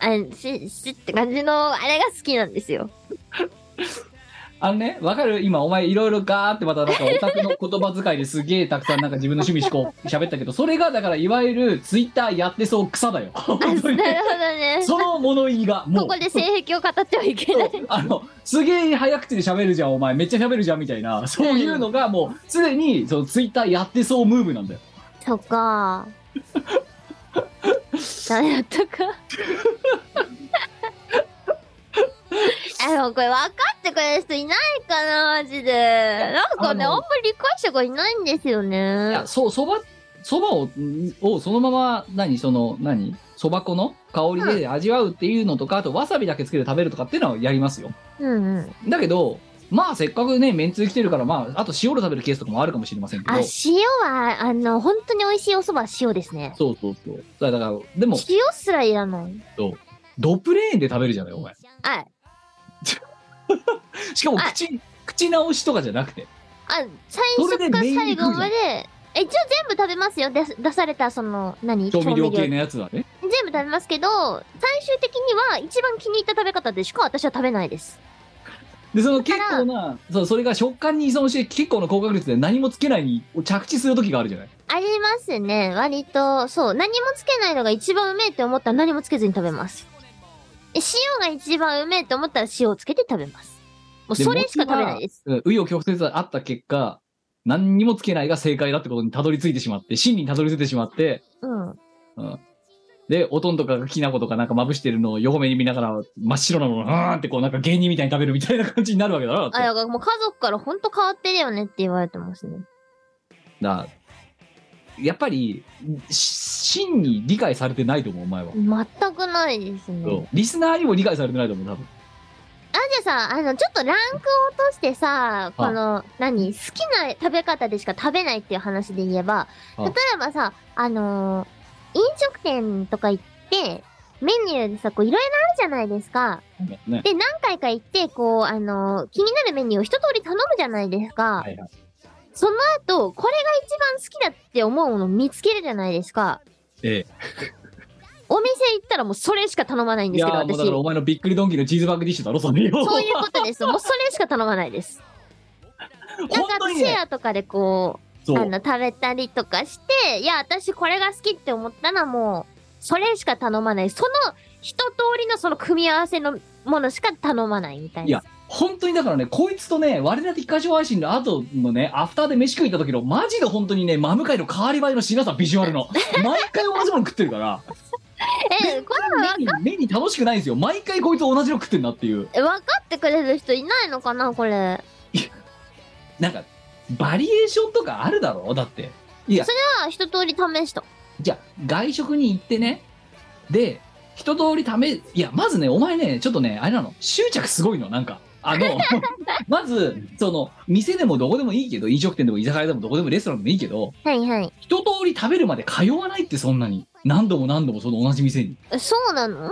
A: あし、しって感じの、あれが好きなんですよ。
C: あのね、わかる今、お前いろいろガーってまたなんかオタクの言葉遣いですげえたくさんなんか自分の趣味思考喋ったけど、それがだからいわゆるツイッターやって *laughs* そう草だよ。本
A: あなる
C: 当
A: ほど
C: にね
A: ね。
C: その物言いが、
A: こ
C: もう
A: こ。で性癖を語ってはいけない。
C: あのすげえ早口で喋るじゃんお前めっちゃ喋るじゃんみたいなそういうのがもうすでにそのツイッターやってそうムーブなんだよ
A: そっか。ダメだったか。 *laughs* あでもこれ分かってくれる人いないかなマジでなんかね
C: あ
A: あ
C: の
A: んまり理解者がいないんですよ
C: い
A: ね
C: やそうそばそばををそのまま何その何そば粉の香りで味わうっていうのとかあとわさびだけつけて食べるとかっていうのはやりますよ
A: うんうん
C: だけどまあせっかくねめんつゆ来てるからまああと塩で食べるケースとかもあるかもしれませんけど
A: あ塩はあの本当に美味しいお蕎麦は塩ですね
C: そうそうそうだからだからでも
A: 塩すらいらない
C: ドプレーンで食べるじゃないお前
A: あ
C: しかも口口直しとかじゃなくて
A: あ最
C: それ
A: 初
C: で
A: から
C: メイン
A: 最後
C: 食うじゃ
A: ま
C: ん
A: でえ一応全部食べますよ出す出されたその何
C: 調味料系
A: 全
C: のやつはね
A: 部食べますけど最終的には一番気に入った食べ方でしか私は食べないです
C: でその結構なそうそれが食感に依存して結構の高確率で何もつけないに着地する時があるじゃない
A: ありますね割とそう何もつけないのが一番うめえって思ったら何もつけずに食べますえ塩が一番うめえって思ったら塩をつけて食べますもう
C: で
A: それしか食べないです
C: うん紆余曲折あった結果何にもつけないが正解だってことにたどり着いてしまって真理にたどり着いてしまって
A: うん
C: でおとんとかがきな粉とかなんかまぶしてるのを横目に見ながら真っ白なのをうーんってこうなんか芸人みたいに食べるみたいな感じになるわけだろだって
A: あ、だからもう家族からほんと変わってるよねって言われてますね。
C: だやっぱりし真に理解されてないと思うお前は、
A: 全くないですね。
C: リスナーにも理解されてないと思う多分
A: あ、じゃあさ、あの、ちょっとランクを落としてさ、この、何、好きな食べ方でしか食べないっていう話で言えば、
C: あ
A: 例えばさ、あのー飲食店とか行って、メニューでさ、こういろいろあるじゃないですか。
C: ね
A: で、何回か行って、こう、あのー気になるメニューを一通り頼むじゃないですか。
C: はいはい
A: その後、これが一番好きだって思うものを見つけるじゃないですか。
C: え
A: お店行ったらもうそれしか頼まないん
C: えい
A: です
C: や
A: けど、
C: ーも
A: 私。
C: うだからお
A: そ
C: 前のびっくりドンキーのチーズバーグディッシュだろそれよ
A: ういうことです。もうそれしか頼まないです。なん
C: *laughs* 本
A: か
C: 当に
A: シ
C: ね
A: ェアとかでこ、
C: そう
A: あ
C: う
A: の、食べたりとかして、いや、私これが好きって思ったらもう、それしか頼まない。その一通りのその組み合わせのものしか頼まないみたいな。
C: いや本当にだからねこいつとね我ら的歌唱配信の後のねアフターで飯食い行った時のマジで本当にね真向かいの変わり映えのしなさビジュア
A: *laughs*
C: ルの毎回同じもの食ってるから
A: え、これは
C: 目に目に楽しくないんですよ毎回こいつ同じの食ってんなっていう
A: え分かってくれる人いないのかな、これ。
C: なんかバリエーションとかあるだろだっていや
A: あ、一通り試した。
C: じゃあ外食に行ってねで一通りためいやまずねお前ねちょっとねあれなの執着すごいのなんかあ
A: *laughs*
C: のまずその店でもどこでもいいけど飲食店でも居酒屋でもどこでもレストランでもいいけど
A: はいはい。
C: 一通り食べるまで通わないってそんなに何度も何度もその同じ店に
A: えそうなの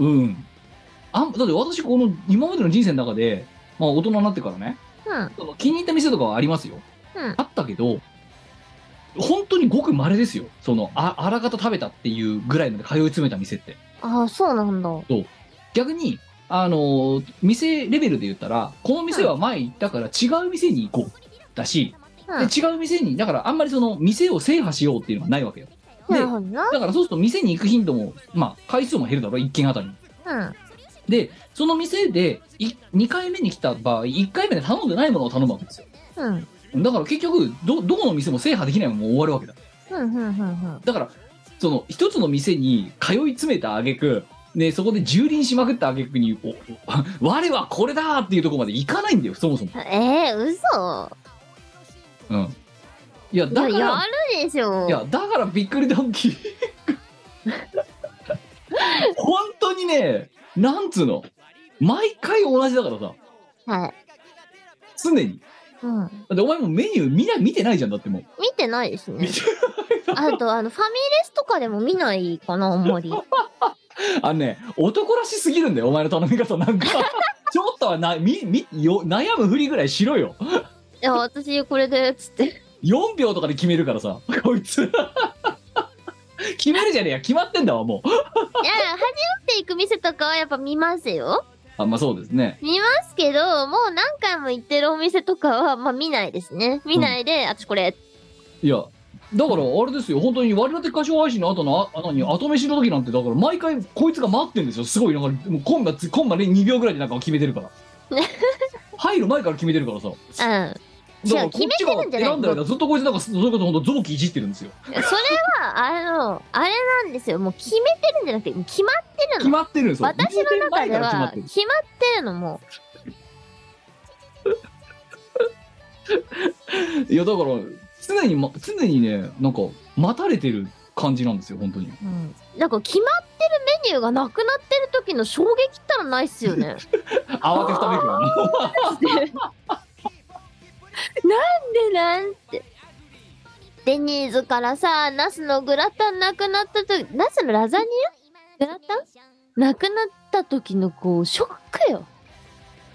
C: うんあんだって私この今までの人生の中で、まあ、大人になってからね
A: うん。
C: その気に入った店とかはありますよ、
A: うん
C: あったけど本当にごく稀ですよそのああらかた食べたっていうぐらいまで通い詰めた店って
A: ああ、そうなんだ。
C: 逆にあのー店レベルで言ったらこの店は前行ったから違う店に行こうだし、
A: うん。
C: で違う店にだからあんまりその店を制覇しようっていうのはないわけよ
A: な
C: で
A: るほどな。
C: だからそうすると店に行く頻度も、まあ、回数も減るだろう、1軒あたり。
A: うん。
C: で、その店で2回目に来た場合、1回目で頼んでないものを頼むわけですよ。
A: うん。
C: だから結局、ど、どこの店も制覇できないまま終わるわけだ。
A: うん。うん。うん。
C: だから、その、一つの店に通い詰めた挙句、で、そこで蹂躙しまくった挙句に、お *laughs* お我はこれだっていうところまで行かないんだよ、そもそも。
A: えー、嘘
C: うん。いや、だから、
A: いややるでしょ。
C: いやだからびっくりドンキー *laughs* 本当にねなんつうの毎回同じだからさ
A: はい。
C: 常に
A: うん。
C: だってお前もメニュー見な見てないじゃんだってもう
A: 見てないです
C: 見
A: ね
C: て。
A: あと、あの、ファミレスとかでも見ないかな、あんま
C: *laughs*
A: り。
C: あのね男らしすぎるんだよお前の頼み方なんか *laughs* ちょっとはなみみよ悩むふりぐらいしろよ
A: いや、私、これで、つって。
C: 4秒とかで決めるからさこいつ *laughs* 決めるじゃねえや決まってんだわもう
A: いや、初めて行く店とかはやっぱ見ますよ。
C: あまあそうですね
A: 見ますけど、もう何回も行ってるお店とかは、まあ見ないですね。見ないで、私これ、
C: いやだからあれですよ本当に割り当て歌唱配信の後のああ何後飯の時なんてだから毎回こいつが待ってんですよすごいなんかもうコンマつコンマね2秒ぐらいでなんか決めて
A: *laughs*
C: るから入る前から決めてるからさ
A: うん。違う、決
C: だから
A: め
C: こっち
A: て
C: が
A: るんじゃない
C: 選んだらずっとこいつなんかそういうこと本当臓器いじってるんですよ
A: それは、あの、あれなんですよ。もう決めてるんじゃなくて、もう決まってる
C: 決
A: の。
C: まってるんですよ
A: 私の中で
C: 前から
A: は、
C: 決まってる
A: 決まってるのもう。
C: いやだから常に、ま、常にねなんか待たれてる感じなんですよ本当に
A: うん。なんか決まってるメニューがなくなってる時の衝撃ったらないっすよね。
C: 慌てふためくよね
A: でなんてデニーズからさナスのグラタンなくなった時ナスのラザニアグラタンなくなった時のこうショックよ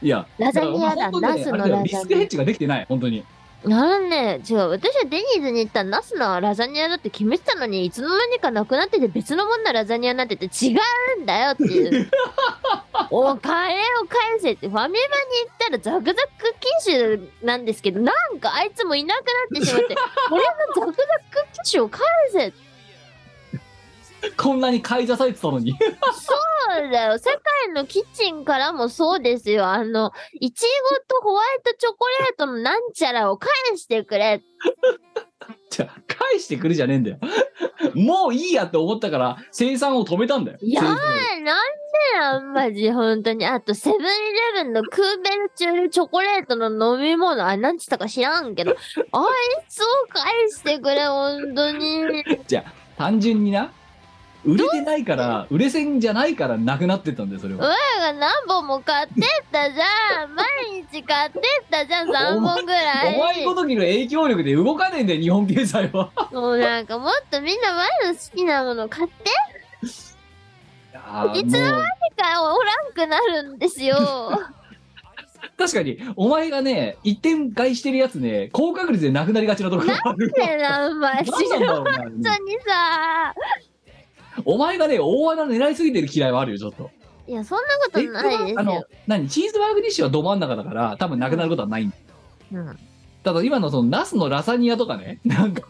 C: いや
A: ラザニアだ
C: から本当に
A: ナ
C: ね
A: スの
C: あれ
A: ラ
C: だよ
A: ザニ
C: リ
A: ア
C: スクヘッジができてない本当に
A: なんね違う私はデニーズに行ったらナスのラザニアだって決めてたのにいつの間にかなくなってて別のもんなラザニアになってて違うんだよっていうお金を返せってファミマに行ったらザクザク禁止なんですけどなんかあいつもいなくなってしまって俺のザクザク禁止を返せって
C: こんなに買い出されてたのに
A: そうだよ。世界のキッチンからもそうですよ。あの、いちごとホワイトチョコレートのなんちゃらを返してくれ。
C: じゃあ返してくるじゃねえんだよもういいやって思ったから生産を止めたんだよ
A: やば
C: 生産を
A: い、なんでなん、マジ、本当に。あと、セブンイレブンのクーベルチュールチョコレートの飲み物、あ、なんつったか知らんけど、あいつを返してくれ、本当に。
C: 単純にな売れてないから売れ線じゃないからなくなってったんだよそれは
A: わが何本も買ってったじゃん。毎日買ってったじゃん、3本ぐらい。
C: お前ごときの影響力で動かねえんだよ日本経済は
A: もうなんか、もっとみんな前の好きなもの買って
C: いや
A: *laughs*
C: ー
A: いつの
C: もう
A: がおらんくなるんです
C: *laughs*
A: よ。
C: 確かにお前がね一点買いしてるやつね高確率でなくなりがちなところがある
A: ねえな、お前。
C: 何なんだろうな
A: 本当にさ。
C: お前がね大穴狙いすぎてる嫌いはあるよちょっと
A: いや、そんなこと
C: エッグバ
A: ないです
C: あの
A: よ。
C: 何チーズバーグディッシュはど真ん中だから多分なくなることはないんだ
A: うん
C: ただ今のそのナスのラザニアとかね *laughs* なんか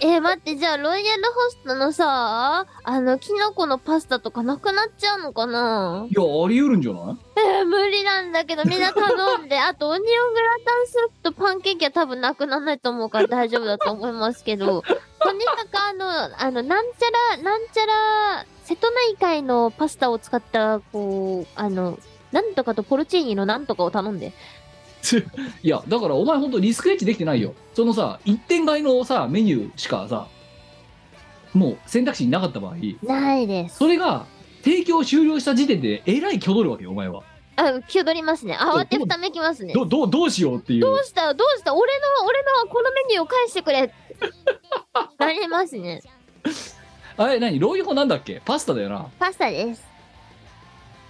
A: えー、待って、じゃあ、ロイヤルホストのさ、あの、キノコのパスタとかなくなっちゃうのかない
C: やあり得るんじゃない
A: えー、 *laughs* 無理なんだ
C: *laughs*
A: けど、みんな頼んで、あと、オニオングラタンスープとパンケーキは多分なくならないと思うから大丈夫だと思いますけ
C: *laughs*
A: ど、とにかくあの、あの、なんちゃら、なんちゃら、瀬戸内海のパスタを使った、こう、あの、なんとかとポルチーニのなんとかを頼んで。
C: いやだからお前ほんとリスクヘッジできてないよそのさ一点買いのさメニューしかさもう選択肢になかった場合
A: ないです。
C: それが提供終了した時点でえらい挙取るわけよお前は
A: あ、気を取りますね。慌てふためきますね。ど
C: どどうどうしようっていう
A: うしたどうした俺の、俺のこのメニューを返してく
C: *laughs*
A: れ。なりますね。
C: あれ何ロイホなんだっけパスタだよな
A: パスタです。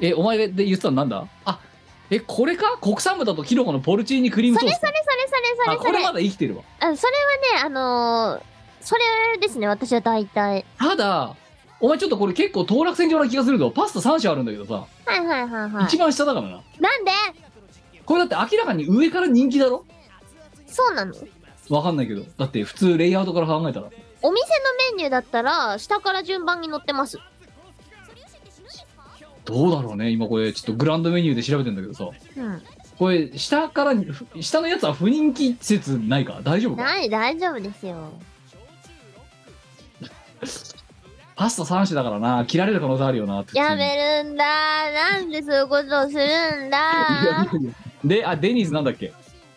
C: えお前で言ってたのなんだあえこれか国産豚とキノコのポルチーニクリームソース
A: それそれ
C: あ
A: それそれそ
C: こ
A: れ
C: れ。まだ生きてるわ
A: あそれはね、あのーそれですね、私は大体。
C: ただお前ちょっとこれ結構当落線上な気がするぞパスタ3種あるんだけどさ、
A: はいはいはいは。
C: 一番下だからない
A: なんで
C: これだって明らかに上から人気だろ
A: そうなの
C: わかんないけどだって普通レイアウトから考えたら
A: お店のメニューだったら、下から順番に載ってます。
C: どうだろうね今これちょっとグランドメニューで調べてんだけどさ
A: うん。
C: これ下からふ下のやつは不人気説ないか大丈夫か
A: ない、大丈夫ですよ。
C: パスタ3種だからな切られる可能性あるよなって普通に
A: やめるんだなんでそういうことをするん
C: いやい
A: だ
C: やいやであデニーズなんだっけ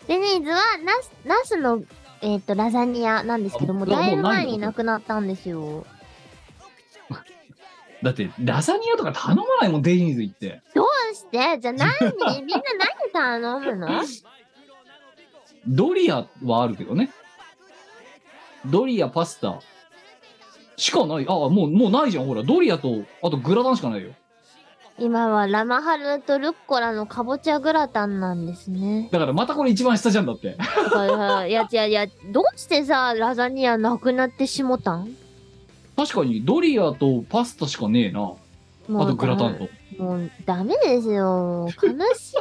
A: デニーズはナス、ナスの、えっ、と、ラザニアなんですけども、
C: あもう
A: だいぶ
C: もうな
A: 前
C: いの
A: になくなったんですよ。
C: だってラザニアとか頼まないもんデニーズ行って
A: どうしてじゃあ
C: *laughs*
A: 何みんな何頼むの
C: ドリアはあるけどねドリアパスタしかないあもうもうないじゃんほらドリアとあとグラタンしかないよ
A: 今はラマハルとルッコラのかぼちゃグラタンなんですね。
C: だからまたこれ一番下じゃんだって
A: だからいやいやいや、どうしてさ、ラザニアなくなってしもたん
C: 確かにドリアとパスタしかねえな。
A: もう
C: あとグラタンと。
A: ダメもうダメですよ。悲し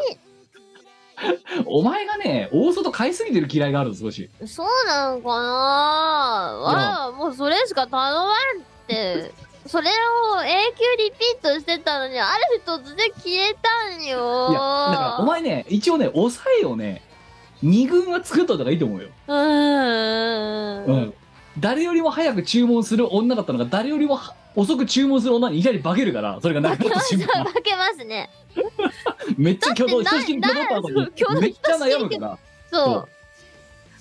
C: お前がね、大外買いすぎてる嫌いがある少し。
A: い。そうなのかなわあ、もうそれしか頼まんって。それを永久リピートしてたのに、ある日突然消えたんよ。
C: いや、だからお前ね、一応ね、抑えをね、二軍は作っといた方がいいと思うよ。
A: うーん。
C: うん。誰よりも早く注文する女だったのが、誰よりもは遅く注文する女にいきなり化けるから、それがなくなってしまう。
A: 化けますね。
C: めっちゃ挙動、
A: だって
C: 人
A: な
C: しきり挙動った後
A: なそう
C: に、めっちゃ悩むから。
A: そ
C: そうう。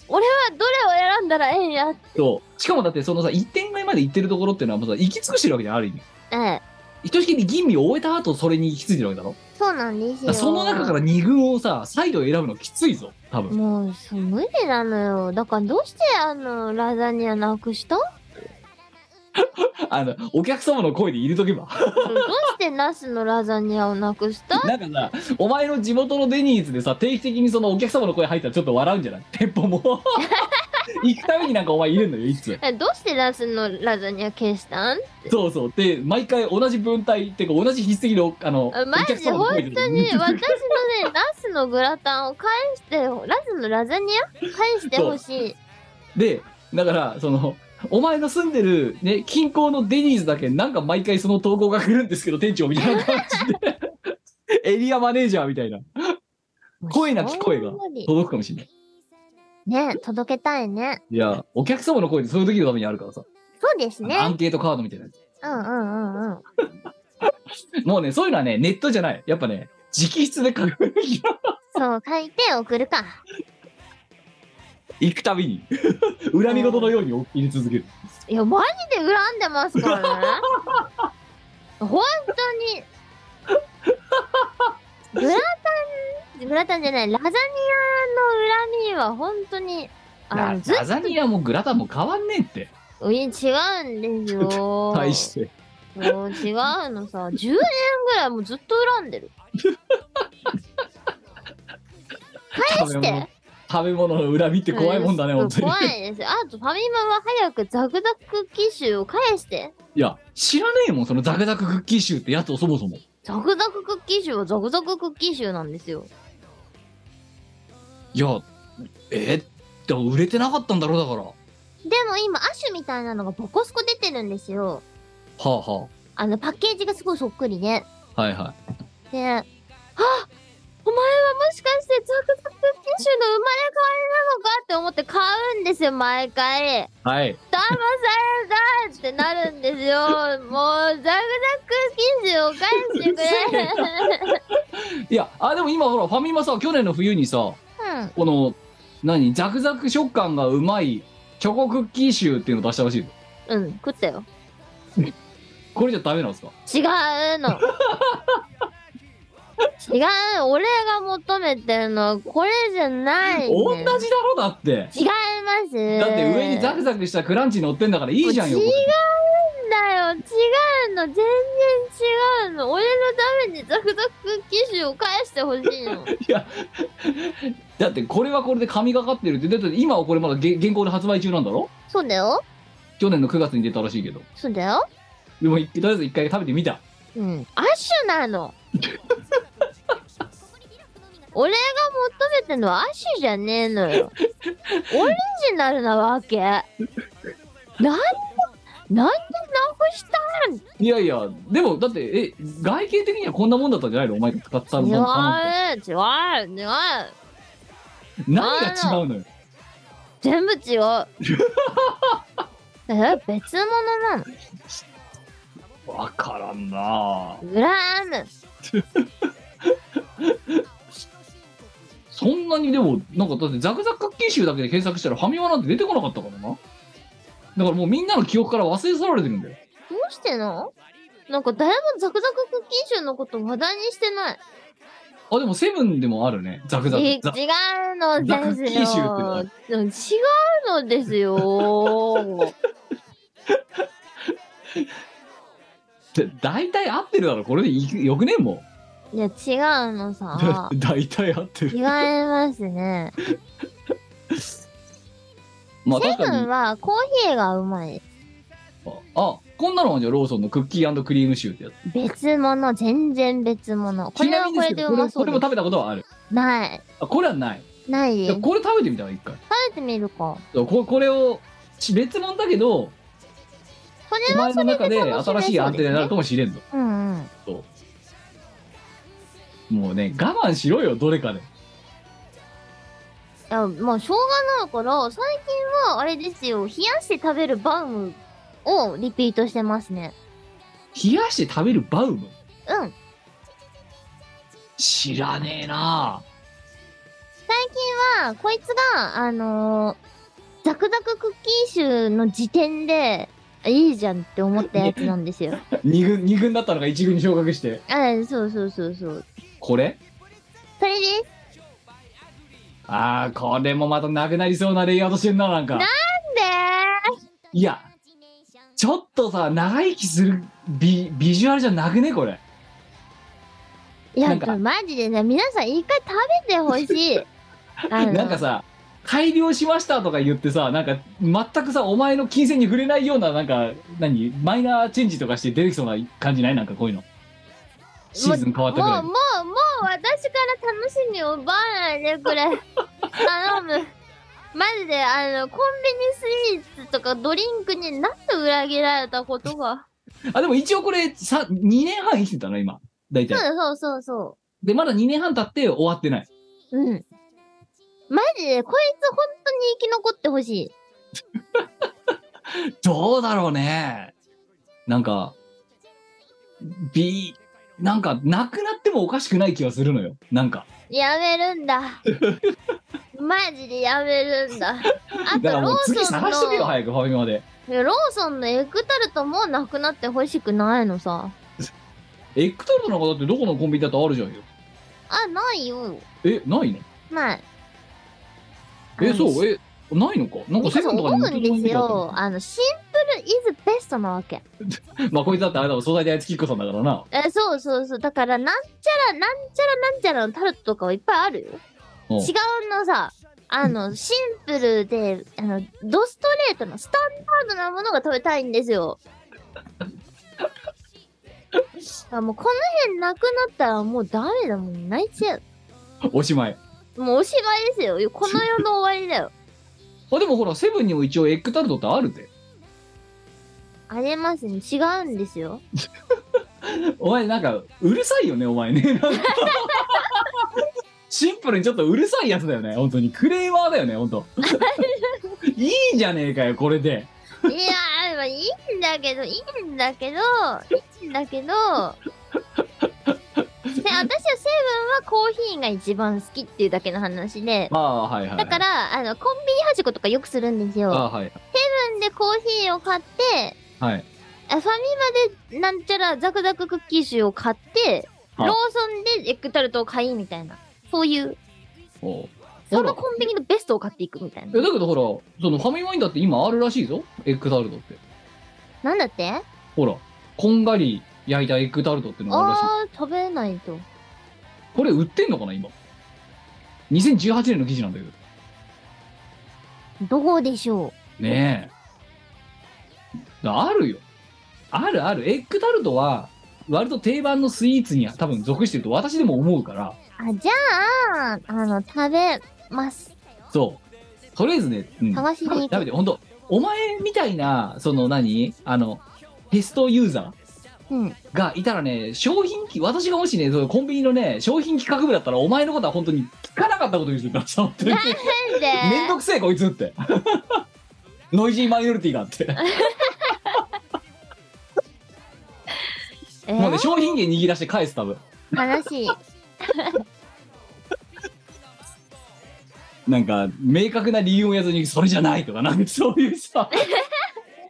A: 俺はどれを選んだらええんやって。
C: そう。しかもだって、そのさ、一点外まで行ってるところっていうのは、もうさ、行き尽くしてるわけじゃん、ある意味。
A: ええ、人
C: 人しきり吟味を終えた後、それに行き着いてるわけだろ。
A: そうなんです
C: だか
A: よ。
C: らその中から二軍をさ、再度選ぶのきついぞ、多分。
A: もう、そう無理なのよ。だからどうしてあの、ラザニアなくした
C: あの、お客様の声で入れとけば。
A: どうしてナスのラザニアをなくした
C: なんかさ、お前の地元のデニーズでさ、定期的にそのお客様の声入ったらちょっと笑うんじゃない店舗も。
A: *laughs*
C: 行くためになんかお前入れんのよ、いつ。
A: えどうしてナスのラザニア消したん
C: そうそう。で、毎回同じ文体っていうか同じ筆跡の、あの、
A: あマ
C: お客
A: ジ、
C: 様の
A: 本
C: 声で
A: 当に、私のね、ナスのグラタンを返して、ラスのラザニア返してほしい。
C: で、だから、その、お前の住んでる、ね、近郊のデニーズだけ、なんか毎回その投稿が来るんですけど、店長みたいな感じ
A: *laughs*
C: で、エリアマネージャーみたいな、声なき声が
A: ほんまに
C: 届くかもしれない。
A: ね、届けたいね。
C: いや、お客様の声ってそういう時のためにあるからさ、
A: そうです
C: あの
A: ね。
C: アンケートカードみたいなやつ。
A: うんうんうんうん。
C: もうね、そういうのはね、ネットじゃない。やっぱね、直筆で書くべきだ
A: そう、書いて送るか。
C: 行くたびに、 *laughs* 恨み事のように入れ続ける。
A: いや、マジで恨んでます
C: *laughs*
A: からね。本当に。グラタン、グラタンじゃない、ラザニアの恨みは本当に、あ
C: ラ
A: の、ずっ
C: ラザニアもグラタンも変わんねえって、
A: と、いや違うんですよ。
C: 対して。
A: もう違うのさ、10年ぐらいもうずっと恨ん
C: *laughs*
A: でる。し
C: 食べ
A: て
C: 物食べ物の恨みって怖いもんだね、
A: う
C: 本当に。
A: 怖いですよ。あと、ファミマは早くザクザク機種を返して。
C: いや、知らねえもん、そのザクザククッキー集ってやつをそもそも。
A: ザクザククッキー集はザクザククッキー集なんですよ。
C: いや、えでも売れてなかったんだろうだから。は
A: でも今、アッシュみたいなのがボコスコ出てるんですよ。
C: あは
A: あの、パッケージがすごいそっくりで。
C: あ。はいは
A: で、あお前はもしかしてザクザククッキー集の生まれ変わりなのかって思って買うんですよ、毎回。
C: い。はい。
A: 騙されたってなるんですよ。もう、ザクザククッキー集を返してくれ。
C: いや、あ、でも今ほら、ファミマさ、去年の冬にさ、
A: うん。
C: この、何、ザクザク食感がうまい、チョコクッキー集っていうの出したらしいよ
A: うん、食ったよ。
C: これじゃダメなんですか
A: 違う
C: *laughs*
A: の。違う、俺が求めてるのはこれじゃない、ね。
C: 同じだろだって。
A: 違います。
C: だって上にザクザクしたクランチ乗ってんだからいいじゃんよ。
A: 違
C: これ
A: うんだよ違うの全然違うの俺のためにザクザク機種を返してほしい
C: *laughs*
A: の
C: だってこれはこれで神がかってるって。だって今はこれまだげ現行で発売中なんだろ
A: そうだよ
C: 去年の9月に出たらしいけど。
A: そうだよ
C: でも、とりあえず一回食べてみた。
A: うんアッシュな *laughs* の俺が求めてるのはアッシュじゃねえのよオリジナルなわけなんでなんで直した
C: いやいや、でも、だって、え、外形的にはこんなもんだったんじゃないのお前が使ってた
A: 違
C: の
A: う
C: 頼む
A: 違う違う
C: 何が違うのよ。
A: 全部違うえ別物なの
C: わからんなぁ
A: グラーム
C: そんなにでも、なんかだってザクザククッキー集だけで検索したらファミマなんて出てこなかったからな。だからもうみんなの記憶から忘れ去られてるんだよ。
A: どうしてななんか誰もザクザククッキー集のこと話題にしてない。
C: あ、でもセブンでもあるね。ザクザク。
A: え違
C: ザ
A: うの
C: ザクッキ
A: で
C: ー
A: す
C: 集って
A: よ
C: 何。
A: 違うのです
C: *laughs*
A: よ。
C: だ大体合ってるだろ。これでいくよくねえも
A: いや、違うの
C: *laughs*
A: さ
C: ん。。大体合って
A: 違い
C: る。
A: ますね。
C: まあ
A: セ
C: 確
A: ブ
C: か
A: ン
C: に、
A: はコーヒーがうまい。
C: あ、こんなのはじゃあローソンのクッキークリームシューってやつ。
A: 別物、全然別物。こ
C: ち
A: れ
C: な
A: は
C: み
A: これ
C: にですけ
A: で
C: ど
A: う
C: これ
A: ま
C: も
A: そ
C: こ
A: う
C: れ
A: で
C: も
A: す。
C: 食べたことはある。
A: ない。
C: あ、これはない。
A: ないで
C: い
A: す。
C: や
A: 食
C: これ食べてみたら一回。
A: べてみるか。
C: そうここれを、し別物だけど、
A: こ
C: お
A: れは
C: 前
A: そ
C: の
A: れ
C: 中
A: で
C: で
A: 楽しめ
C: 新しい
A: そ
C: ア
A: う
C: ン
A: で
C: テナ
A: す
C: になる
A: ね。
C: かもしれんの。
A: うんうん。
C: もうね、我慢しろよ、どれかで。
A: いや、まあ、しょうがないから、最近は、あれですよ、冷やして食べるバウムをリピートしてますね。
C: 冷やして食べるバウム
A: うん。
C: 知らねえなぁ
A: まあ、こいつが、あのーザクザククッキー集の時点で、いいじゃんって思ったやつなんです
C: *laughs*
A: よ。
C: 二軍、二軍だったのが一軍に昇格して。
A: あ、そうそうそうそう。
C: これ
A: それです。
C: ああ、これもまたなくなりそうなレイアウトしてんな、なんか。
A: で
C: いや、ちょっとさ、長生きするビビジュアルじゃなくね、これ。
A: いや、
C: なんか
A: でもマジでね、皆さん一回食べてほし
C: *laughs*
A: い。あの
C: なんかさ、改良しましたとか言ってさ、なんか、全くさ、お前の金銭に触れないような、なんか、何、マイナーチェンジとかして出てきそうな感じないなんかこういうの。シーズン変わったぐら
A: も、
C: い
A: も。
C: う
A: う、もう私から楽しみを奪わないでくれ。
C: *laughs*
A: 頼む。マジで、あの、コンビニスイーツとかドリンクになんで裏切られたことが。
C: あ、でも一応これ、さ、2年半生きてたの、今。大
A: そう
C: 体。
A: だそうそうそ
C: で、まだ2年半経って終わってない。
A: う。うん。マジで、こいつ本当に生き残ってほしい。
C: どうだろうね。なんか、ビ、なんか、なくなってもおかしくない気がするのよ。なんか。
A: やめるん
C: *laughs*
A: だ。マジでやめるんだ。あ
C: だか
A: と、
C: らも
A: ロ
C: う
A: ー
C: 次
A: ソン
C: 探してみろ、
A: の、
C: 早く、ファミマで。
A: ローソンのエクタルトもうなくなってほしくないのさ。
C: エクトルトの方だってどこのコンビニだってあるじゃんよ。
A: あ、ないよ。
C: え、ないの
A: ない。
C: え、
A: あの
C: そう、え、ないのか。なんか
A: そ
C: セ
A: う
C: ブンと
A: 思
C: かに
A: う
C: も売
A: ん
C: ってるコンビニ
A: です
C: だと思
A: よ。あの、シンプルイズベストなわけ。
C: うまあ、こいつだってあれだもん、総菜であいつきっこさんだからな。
A: え、そうそうそう。だから、なんちゃら、なんちゃら、なんちゃらのタルトとかはいっぱいあるよ。
C: うん
A: 違うのさ、あの、シンプルで、あの、ドストレートのスタンダードなものが食べたいんです
C: *laughs*
A: よ。あもうこの辺なくなったらもうダメだもん泣いちゃ
C: おしまい。
A: うもうおしまいですよこの世の終わりだよ
C: あ、でもほら、セブンにも一応エッグタルトってあるで。
A: ありますね違うんですよ
C: お前、なんか、うるさいよね、お前ね。なんかシンプルにちょっとうるさいやつだよね、本当に。クレーマーだよね、本当いいじゃねえかよ、これで。
A: いやー、まあ、いいんだけど、いいんだけど、いいんだ
C: *laughs*
A: けど、で、私はセブンはコーヒーが一番好きっていうだけの話で、
C: まあ、はいはい。
A: だから、あの、コンビニはしことかよくするんです
C: あ
A: よ。
C: はい。
A: セブンでコーヒーを買って、
C: はい。
A: あファミマでなんちゃらザクザククッキー種を買って、ロ
C: あ
A: ーソンでエッグタルトを買いみたいな、そういう、
C: おう
A: そ
C: ほら
A: のコンビニのベストを買っていくみたい
C: え
A: な。
C: だけどほら、そのファミマインだって今あるらしいぞ、エッグタルトって。
A: なんだって
C: ほら、こんがり焼いたエッグタルトってのがあるらしい。
A: あー、食べないと。
C: これ売ってんのかな、今。2018年の記事なんだけど。
A: どうでしょ
C: ねえ。だあるよ。あるある。エッグタルトは、割と定番のスイーツに多分属してると私でも思うから、
A: うあ、じゃあ、あの、食べます。
C: そう。とりあえずね、うん、
A: 探しに行く
C: 食べて、ほんと、お前みたいな、その何あの、テストユーザー。
A: うん。
C: がいたらね、商品き、私がもしね、そのコンビニのね、商品企画部だったら、お前のことは本当に聞かなかったことにするから、本
A: *laughs*
C: 当に。
A: なんで
C: めんどくせえ、こいつって。ノイジーマイノリティがあって。
A: え
C: もうね、
A: ー、
C: 商品券握らして返す、多分。
A: 悲しい。
C: なんか、明確な理由を言わずに、それじゃないとか、なんか *laughs* そういうさ、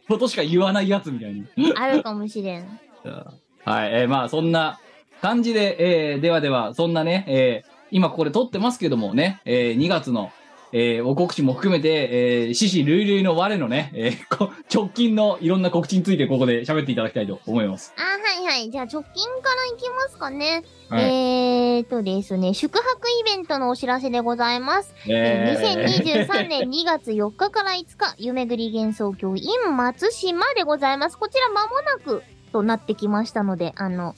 C: ことしか言わないやつみたいに。
A: あるかもしれん。
C: はい、えーまあそんな感じで、えーではでは、そんなね、えー今ここで撮ってますけどもね、えー2月の、ええーお告知も含めて、えー、獅子類類の我のね、えーこ直近のいろんな告知についてここで喋っていただきたいと思います。
A: あ、はいはい。じゃあ、直近からいきますかね。
C: はい
A: えーとですね、宿泊イベントのお知らせでございます。
C: えー
A: 2023年2月4日から5日、夢ぐり幻想郷 in 松島でございます。こちら間もなくとなってきましたので、あの、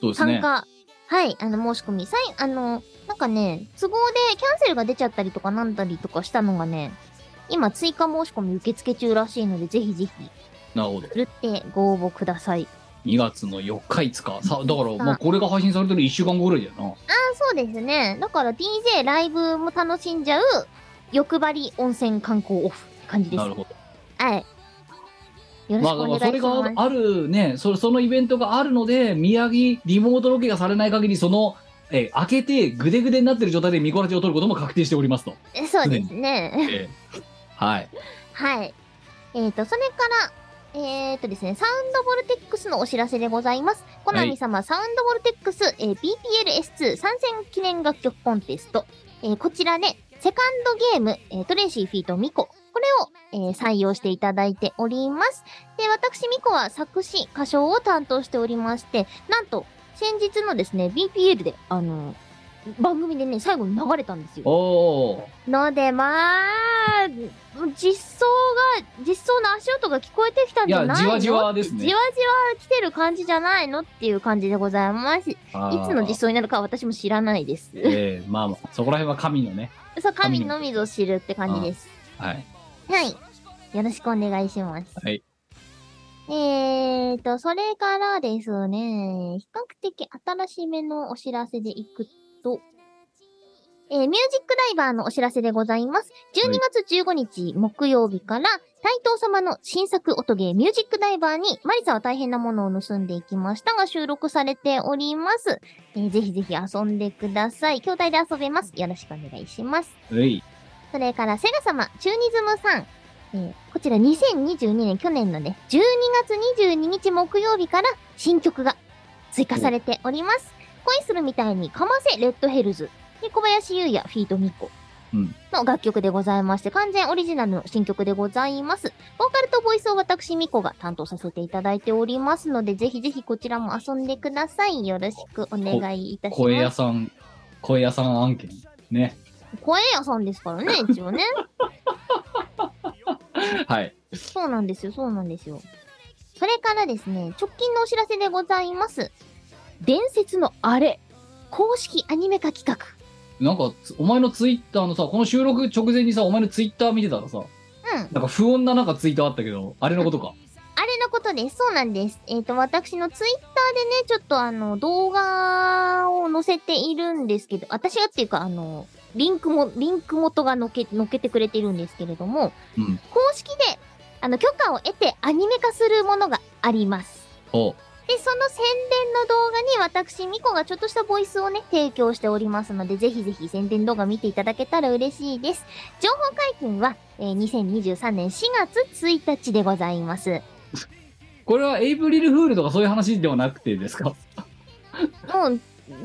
C: そうです
A: 参
C: ね。
A: 加、はい、あの、申し込み、さい、あの、なんかね、都合でキャンセルが出ちゃったりとかなんだりとかしたのがね、今追加申し込み受付中らしいので、ぜひぜひ、
C: なるほど。
A: 振るってご応募ください。
C: 2月の4日5日。さだから、まあ、これが配信されてる1週間後ぐらいだよな。
A: あそうですね。だから DJ ライブも楽しんじゃう、欲張り温泉観光オフって感じです。
C: なるほど。
A: はい。よろしく
C: まあ、
A: お
C: だか
A: 願い
C: ら
A: しま
C: そ
A: す。
C: れがあるね、そそのイベントがあるので、宮城、リモートロケがされない限り、その、えー開けて、ぐでぐでになってる状態でミコラジを取ることも確定しておりますと。
A: えそうですね。
C: えーはい。
A: はい。えっ、と、それから、えっ、とですね、サウンドボルテックスのお知らせでございます。コナミ様、サウンドボルテックス、えー BPLS2 参戦記念楽曲コンテスト。えーこちらね、セカンドゲーム、えートレーシーフィートミコ。これを、えー採用していただいております。で、私ミコは作詞、歌唱を担当しておりまして、なんと、先日のですね、BPL で、あの、番組でね、最後に流れたんですよ。
C: おー。
A: ので、まあ、実装が、実装の足音が聞こえてきたんじゃないの
C: いやじわじわですね
A: じわじわ来てる感じじゃないのっていう感じでございます。い
C: あー
A: つの実装になるかは私も知らないです。
C: えーまあまあ、そこら辺は神のね。
A: そう、神のみぞ知るって感じです。
C: はい。
A: はい。よろしくお願いします。
C: はい。
A: えーと、それからですね、比較的新しめのお知らせでいくと、えーミュージックダイバーのお知らせでございます。12月15日木曜日から、対藤様の新作音ゲーミュージックダイバーに、マリサは大変なものを盗んでいきましたが収録されております。えーぜひぜひ遊んでください。兄弟で遊べます。よろしくお願いします。
C: うい。
A: それから、セガ様、チューニズムさん。えーこちら2022年、去年のね、12月22日木曜日から新曲が追加されております。恋するみたいに、かませレッドヘルズ。で、小林優也、フィートミコ
C: うん。
A: の楽曲でございまして、完全オリジナルの新曲でございます。ボーカルとボイスを私、ミコが担当させていただいておりますので、ぜひぜひこちらも遊んでください。よろしくお願いいたします。
C: 声屋さん、声屋さん案件。ね。
A: 声屋さんですからね、一応ね。
C: はい。
A: そうなんですよ、そうなんですよ。それからですね、直近のお知らせでございます。伝説のあれ、公式アニメ化企画。
C: なんか、つお前のツイッターのさ、この収録直前にさ、お前のツイッター見てたらさ、
A: うん、
C: なんか不穏ななんかツイートあったけど、あれのことか。
A: あれのことです。そうなんです。えっ、と、私のツイッターでね、ちょっとあの、動画を載せているんですけど、私がっていうか、あの、リンクも、リンク元がのっけ、のっけてくれてるんですけれども、
C: うん。
A: 公式で、あの、許可を得てアニメ化するものがあります。
C: お
A: で、その宣伝の動画に私、ミコがちょっとしたボイスをね、提供しておりますので、ぜひぜひ宣伝動画見ていただけたら嬉しいです。情報解禁は、えー2023年4月1日でございます。
C: これはエイプリルフールとかそういう話ではなくてですか
A: もう、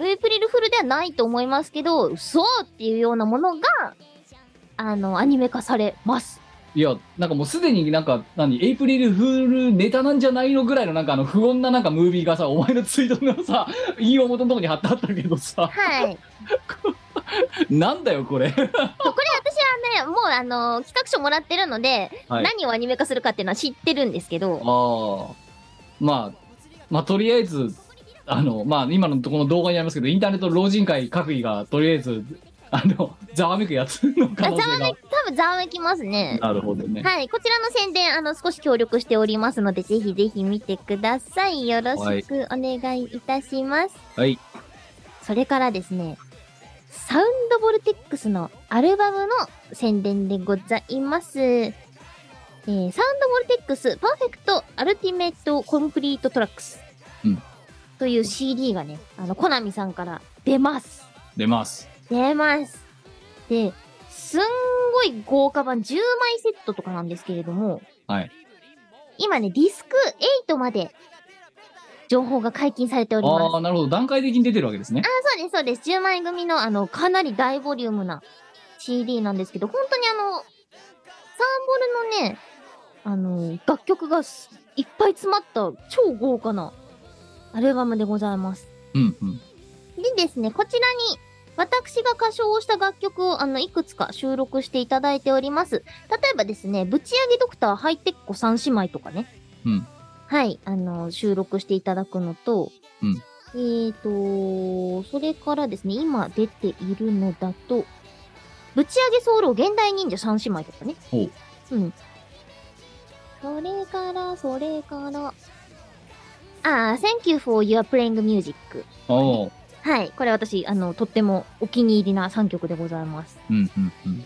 A: エイプリルフールではないと思いますけど、嘘っていうようなものが、あの、アニメ化されます。
C: いや、なんかもうすでになんか、何、エイプリルフールネタなんじゃないのぐらいのなんかあの不穏ななんかムービーがさ、お前のツイートの *laughs* さ、引用元のとこに貼ってあったけどさ、
A: はい。
C: *laughs* なんだよこれ。
A: そうこれ私はね、もうあの、企画書もらってるので、
C: はい
A: 何をアニメ化するかっていうのは知ってるんですけど、
C: ああまあまあとりあえずあのまあ今のところの動画にありますけどインターネット老人会各位がとりあえずあのざわめくやつの可能性
A: ざわ
C: が
A: 多分ざわめきますね。
C: なるほどね
A: はい、こちらの宣伝、あの、少し協力しておりますので、ぜひぜひ見てください。よろしくお願いいたします。
C: はい
A: それからですね、サウンドボルテックスのアルバムの宣伝でございます。えーサウンドボルテックスパーフェクトアルティメットコンプリートトラックス。
C: うん
A: という CD がね、あの、コナミさんから出ます。
C: 出ます
A: 出ます。で、すんごい豪華版10枚セットとかなんですけれども、
C: はい
A: 今ね、ディスク8まで情報が解禁されております。
C: ああなるほど段階的に出てるわけですね
A: あ、そうです、そうです。10枚組の、あの、かなり大ボリュームな CD なんですけど、本当にあの、サーボルのね、あの、楽曲がすいっぱい詰まった超豪華なアルバムでございます。
C: うんうん。
A: でですね、こちらに、私が歌唱をした楽曲を、あの、いくつか収録していただいております。例えばですね、ぶち上げドクターハイテッコ三姉妹とかね。
C: うん
A: はい、あの、収録していただくのと、
C: うん
A: えっ、と、それからですね、今出ているのだと、ぶち上げソウルを現代忍者三姉妹とかね。
C: ほう。
A: うん。それから、それから、あー、Thank you for your playing music.
C: おー
A: はい。これ私、あの、とってもお気に入りな3曲でございます。
C: うんうんうん。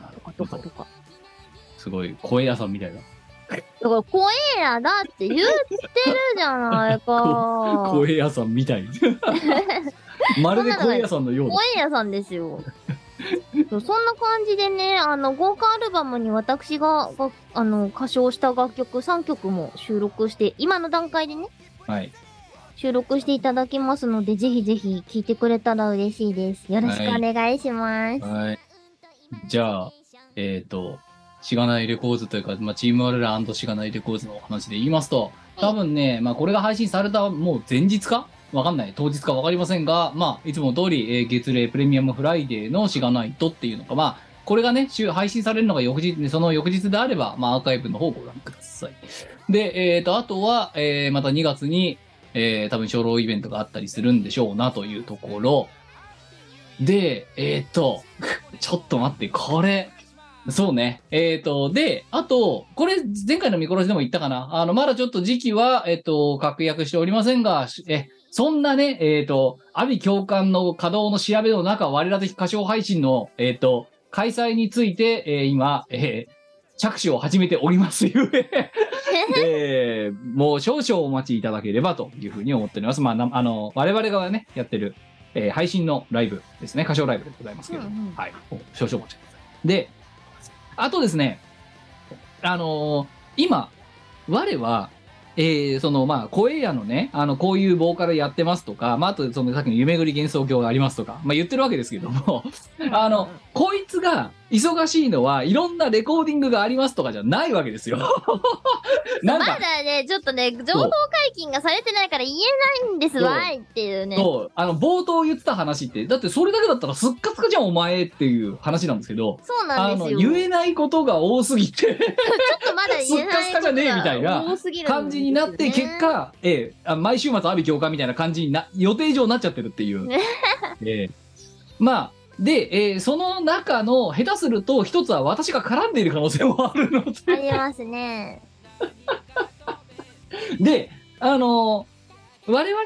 C: なる
A: とかと
C: ほ
A: か
C: ど
A: と。か。
C: すごい、声屋さんみたいな。
A: だから、怖えやだって言ってるじゃ
C: *laughs*
A: ないか。怖
C: 声屋さんみたい。 *laughs* まるで声屋さんのようだ。
A: えやさんです
C: *laughs*
A: よ。そうそんな感じでね、あの、豪華アルバムに私がが、あの、歌唱した楽曲3曲も収録して、今の段階でね、
C: はい。
A: 収録していただきますので、ぜひぜひ聴いてくれたら嬉しいです。よろしくお願いします。
C: はい。じゃあ、えっ、と、しがないレコーズというか、まあ、チーム我らしがないレコーズのお話で言いますと、多分ね、まあ、これが配信されたもう前日かわかんない。当日かわかりませんが、まあ、いつも通り、えー月例プレミアムフライデーのしがないとっていうのか、まあ、これがね、週配信されるのが翌日、その翌日であれば、まあ、アーカイブの方をご覧ください。で、えっ、と、あとは、えーまた2月に、えー多分、小老イベントがあったりするんでしょうなというところ。で、えっ、と、ちょっと待って、これ、そうね。えっ、と、で、あと、これ、前回の見殺しでも言ったかな。あの、まだちょっと時期は、えっ、と、確約しておりませんが、しえ、そんなね、えっ、と、阿ビ教官の稼働の調べの中、我ら的歌唱配信の、えっ、と、開催について、えー今、えー着手を始めておりますゆえ。で、もう少々お待ちいただければというふうに思っております。まあ、なあの、我々がね、やってる、えー配信のライブですね。歌唱ライブでございますけど。
A: うんうん
C: はい。少々お待ちください。で、あとですね、あのー今、我は、えーその、まあ、声屋のね、あの、こういうボーカルやってますとか、まあ、あと、その、さっきの夢ぐり幻想郷がありますとか、まあ、言ってるわけですけども、あの、こいつが忙しいのは、いろんなレコーディングがありますとかじゃないわけで
A: *laughs*
C: すよ。なん
A: ま
C: か、
A: だね、ちょっとね、情報解禁がされてないから言えないんですわいっていうね。
C: そう、あの、冒頭言ってた話って、だってそれだけだったらすっかすかじゃん、お前っていう話なんですけど、
A: そうな
C: あ
A: んで
C: の、
A: すよ。ちょ
C: 言
A: っ
C: えないことが多すぎて、
A: とまだ言えない
C: すっかすかじゃねえみたいな
A: ことが多すぎるんですよね
C: 感じになって、結、果、ええあ毎週末、阿ビ教官みたいな感じにな、予定上なっちゃってるっていう。 *laughs* ええまあ、で、ええその中の、下手すると、一つは私が絡んでいる可能性もあるの
A: あ
C: で、
A: りますね。
C: で、あの我々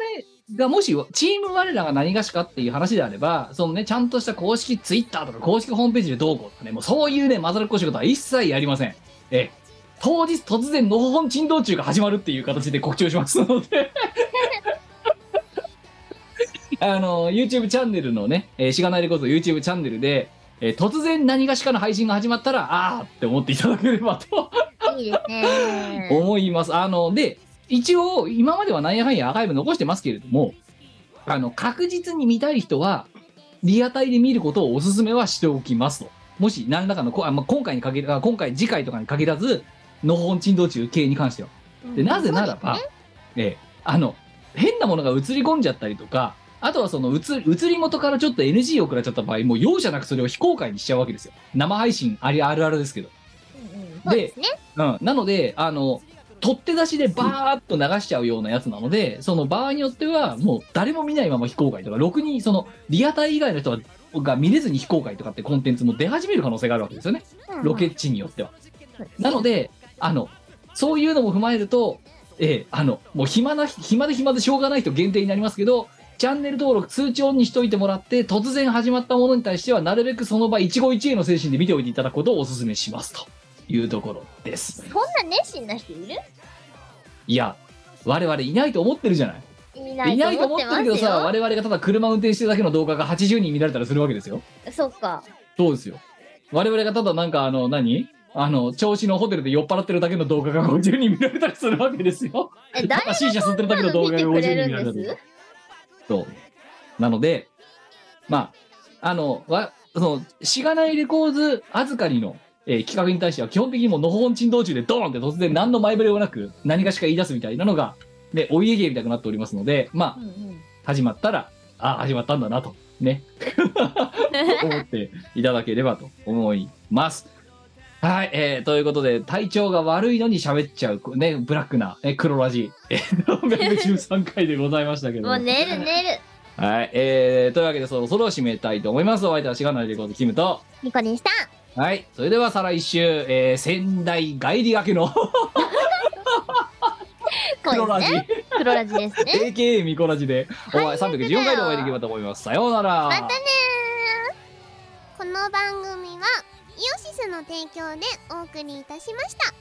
C: がもし、チーム我らが何がしかっていう話であれば、そのね、ちゃんとした公式ツイッターとか公式ホームページでどうこうとかね、もうそういうね、混ざるっこしいことは一切やりません。ええ当日突然、のほほん珍道中が始まるっていう形で告知をしますので。 *laughs* あの、YouTube チャンネルのね、えーしがないレコード YouTube チャンネルで、えー突然何がしかの配信が始まったら、あーって思っていただければと
A: いいですね。
C: 思います。あの、で、一応、今まではなんやかんやアーカイブ残してますけれども、あの、確実に見たい人は、リアタイで見ることをお勧めはしておきますと。もし、何らかのこ、あまあ、今回に限らあ今回、次回とかに限らず、のほほん珍道中系に関しては。で、なぜならば、ええあの、変なものが映り込んじゃったりとか、あとはその映り映り元からちょっと NG を食らっちゃった場合、もう容赦なくそれを非公開にしちゃうわけですよ。生配信ありあるあるですけど。
A: そうですね。
C: うん、なのであの取って出しでバーッと流しちゃうようなやつなのでその場合によってはもう誰も見ないまま非公開とかろくにそのリアタイ以外の人はが見れずに非公開とかってコンテンツも出始める可能性があるわけですよね
A: うん
C: ロケ地によっては。なのであのそういうのも踏まえると、ええあのもう暇な暇で暇でしょうがない人限定になりますけどチャンネル登録通知オンにしといてもらって突然始まったものに対してはなるべくその場一期一会の精神で見ておいていただくことをお勧めしますというところです。
A: そんな熱心な人いる
C: いや、我々いないと思ってるじゃない。
A: い
C: いないと思ってるけど
A: ますよ
C: さ、我々がただ車運転してるだけの動画が80人見られたりするわけですよ。
A: そうか。
C: そうですよ。我々がただなんかあの、何あの、調子のホテルで酔っ払ってるだけの動画が50人見られたりするわけですよ。
A: え、
C: た
A: 誰
C: だ C 社吸ってるだけの動画が50人見られたりする。そう。なので、まあ、あの、わその、しがないレコーズ預かりの、えー企画に対しては、基本的にもう、のほほん珍道中でドーンって突然何の前触れもなく、何かしか言い出すみたいなのが、で、お家芸みたいになっておりますので、まあ、
F: うんうん。
C: 始まったら、ああ、始まったんだなと、ね、思っていただければと思います。はい、えー、ということで、体調が悪いのに喋っちゃう、ね、ブラックな、え黒ラジ、え
A: *laughs*
C: ー、613回でございましたけど
A: もう寝る寝る。
C: はい、えー、というわけで、そろそろ締めたいと思います。お相手はしがないレコードキムと、
A: ニコでした。
C: はい、それでは再来週、えー、仙台帰りがけの
A: こ
C: 黒
A: う
C: ラ
A: で
C: ジ
A: す、ね。黒ラジですね。
C: AKA ミコラジで、お会い
A: 初めてだよ
C: 314回でお会いできればと思います。さようなら。
A: またね
E: この番組はイオシスの提供でお送りいたしました